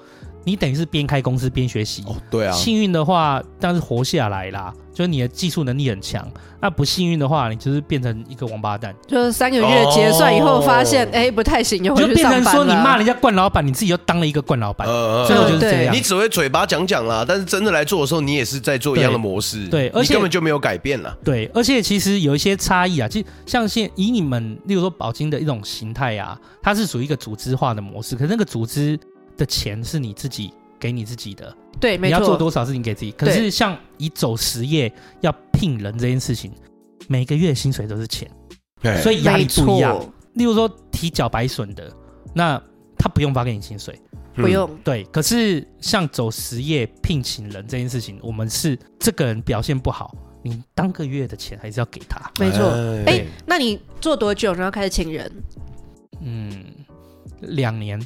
你等于是边开公司边学习。
哦，对啊，
幸运的话，当然是活下来啦，就是你的技术能力很强。那不幸运的话，你就是变成一个王八蛋，
就是三个月结算以后发
哦
现，哎，不太行，又
就
回去
变
上班
成说你
啦
骂人家惯老板，你自己又当了一个惯老板。
呃
最后就是
对啊
这样。
你只会嘴巴讲讲啦，但是真的来做的时候，你也是在做一样的模式，
对对而
你
且
根本就没有改变啦。
对，而且其实有一些差异啊，其实像现以你们，例如说宝金的一种形态啊，它是属于一个组织化的模式，可是那个组织的钱是你自己给你自己的，
对，
你
没
要做
错，
多少是你给自己。可是像以走实业要聘人这件事情，每个月薪水都是钱，
哎
所以压力
没
不一样。
错，
例如说提脚白笋的，那他不用发给你薪水，
不用，
对，可是像走实业聘请人这件事情，我们是这个人表现不好，你当个月的钱还是要给他。
没错。
哎，
哎，那你做多久，然后开始请人？
嗯，两年，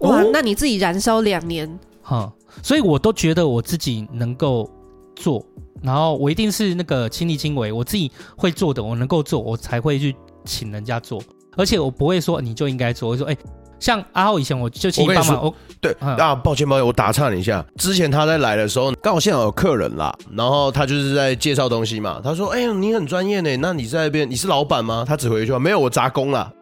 哇
哦，
那你自己燃烧两年，
哈，所以我都觉得我自己能够做，然后我一定是那个亲力亲为，我自己会做的，我能够做，我才会去请人家做，而且我不会说你就应该做，我会说哎、像阿浩以前我就去
我跟你
帮忙，我
对
嗯
啊，抱歉抱歉，我打岔你一下。之前他在来的时候，刚好现场有客人啦，然后他就是在介绍东西嘛。他说：“哎呀，你很专业呢，那你在那边你是老板吗？”他只回一句话：“没有，我杂工 啦，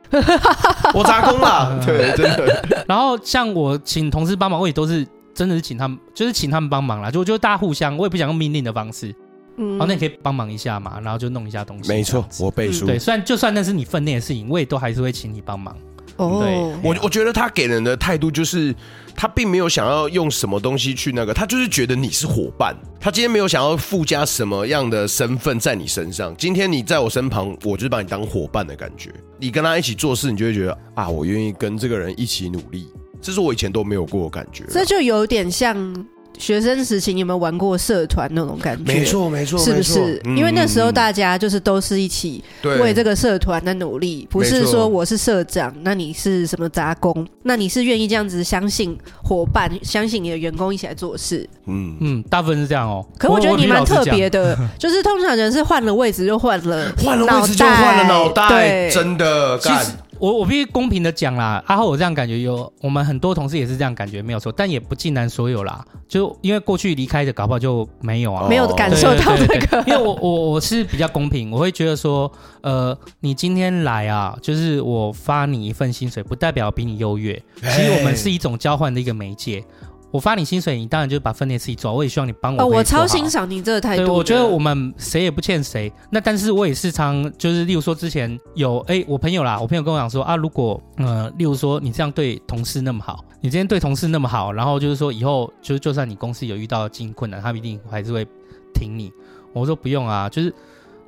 我杂工啦。”对，真的，
然后像我请同事帮忙，我也都是真的是请他们，就是请他们帮忙啦，就就大家互相，我也不想用命令的方式，哦
嗯
哦
好，那你可以帮忙一下嘛，然后就弄一下东西，
没
这
错
样，子
我背书。
对，虽然就算那是你分内的事情，我也都还是会请你帮忙。
哦
对，
我我觉得他给人的态度就是，他并没有想要用什么东西去那个，他就是觉得你是伙伴，他今天没有想要附加什么样的身份在你身上。今天你在我身旁，我就是把你当伙伴的感觉。你跟他一起做事，你就会觉得啊，我愿意跟这个人一起努力，这是我以前都没有过的感觉。
这就有点像学生时期你有没有玩过社团那种感觉？
没。错，没错，
是不
没错嗯
是？因为那时候大家就是都是一起为这
个
个社团的努力，不
没
是
错
说我是社长，那你是什么杂工？那你是愿意这样子相信伙伴，相信你的员工一起来做事？
嗯，
嗯，大部分是这样哦。
可我觉得你蛮特别
的，
的，就是通常人是换了位置就换了
换了位置就换了脑袋，
对，
真的
其
干
实我我必须公平的讲啦，阿浩我这样感觉有，我们很多同事也是这样感觉没有错，但也不尽然所有啦，就因为过去离开的搞不好就 没有啊。
没有
哦
感
对
受到那
对对
个，呃
因为我我我是比较公平，我会觉得说，呃，你今天来啊，就是我发你一份薪水，不代表比你优越，
哎
其实我们
哎
是一种交换的一个媒介。我发你薪水，你当然就是把分内事情做好，我也希望你帮我。
哦，我超欣。赏你这个态
对，
度的。
我觉得我们谁也不欠谁。那但是我也是常就是，例如说之前有哎、我朋友啦，我朋友跟我讲说啊，如果呃，例如说你这样对同事那么好，你今天对同事那么好，然后就是说以后就就算你公司有遇到经营困难，他们一定还是会挺你。我说不用啊，就是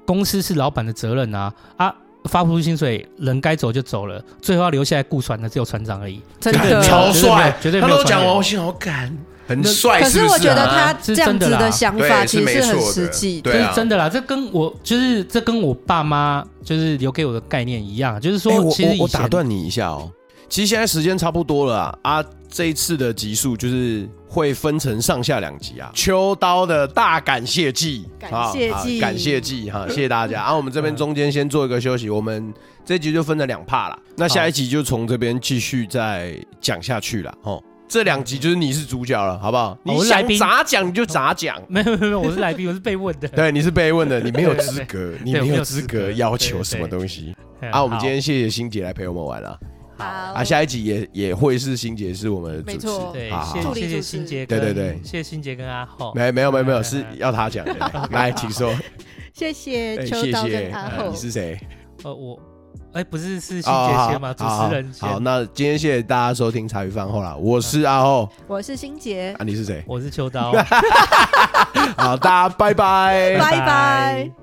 公司是老板的责任啊啊。发不出薪水，人该走就走了，最后要留下来顾船的只有船长而已。
真
干
的
超帅，
绝对没有绝对
他
没有
都讲
穿越
完，我心想好感很帅，
可
是
是
不
我觉得
啊
他
是
这样
真的
子
啦
的想法
对是
其
没
实很
错的
实际的。
对啊
这是真的啦，这跟我就是这跟我爸妈就是留给我的概念一样，就是说
哎，我
其实
我
以
我
前、
打断你一下哦，其实现在时间差不多了啊，啊这一次的集数就是会分成上下两集啊。秋刀的大感谢季，
感谢
啊啊
季
感谢季哈、谢谢大家啊。我们这边中间先做一个休息，我们这一集就分了两 part 啦，那下一集就从这边继续再讲下去啦。哦。这两集就是你是主角了，好不好？你
我是来
想
宾
咋讲你就咋讲。
没有没有，我是来宾，我是被问的。
对，你是被问的，你没有
对对
资格，你
对我
没
没
有
有
资
资
格
格
要
对
求
对
什么东西
嗯
啊！我们
好
今天谢谢欣姐来陪我们玩了。
好
好
啊，下一集也也会是新杰是我们的
没
主持，
错
对
好，好
谢
好
助理
谢谢
主持
新杰
对对
跟，
对
谢谢新杰跟阿浩。
没没有没有没有是要他讲的，来 来请说，
谢谢
哎
秋
谢
刀
谢
跟阿，
哎
后
你，是谁？
呃，我，哎，不是是新
哦
杰
好
先吗？主
好
持人先。
好，那今天谢谢大家收听茶余饭后啦，我是阿后，
我是心杰
啊，，你是谁？
我是秋刀，
好，大家拜拜。
拜拜。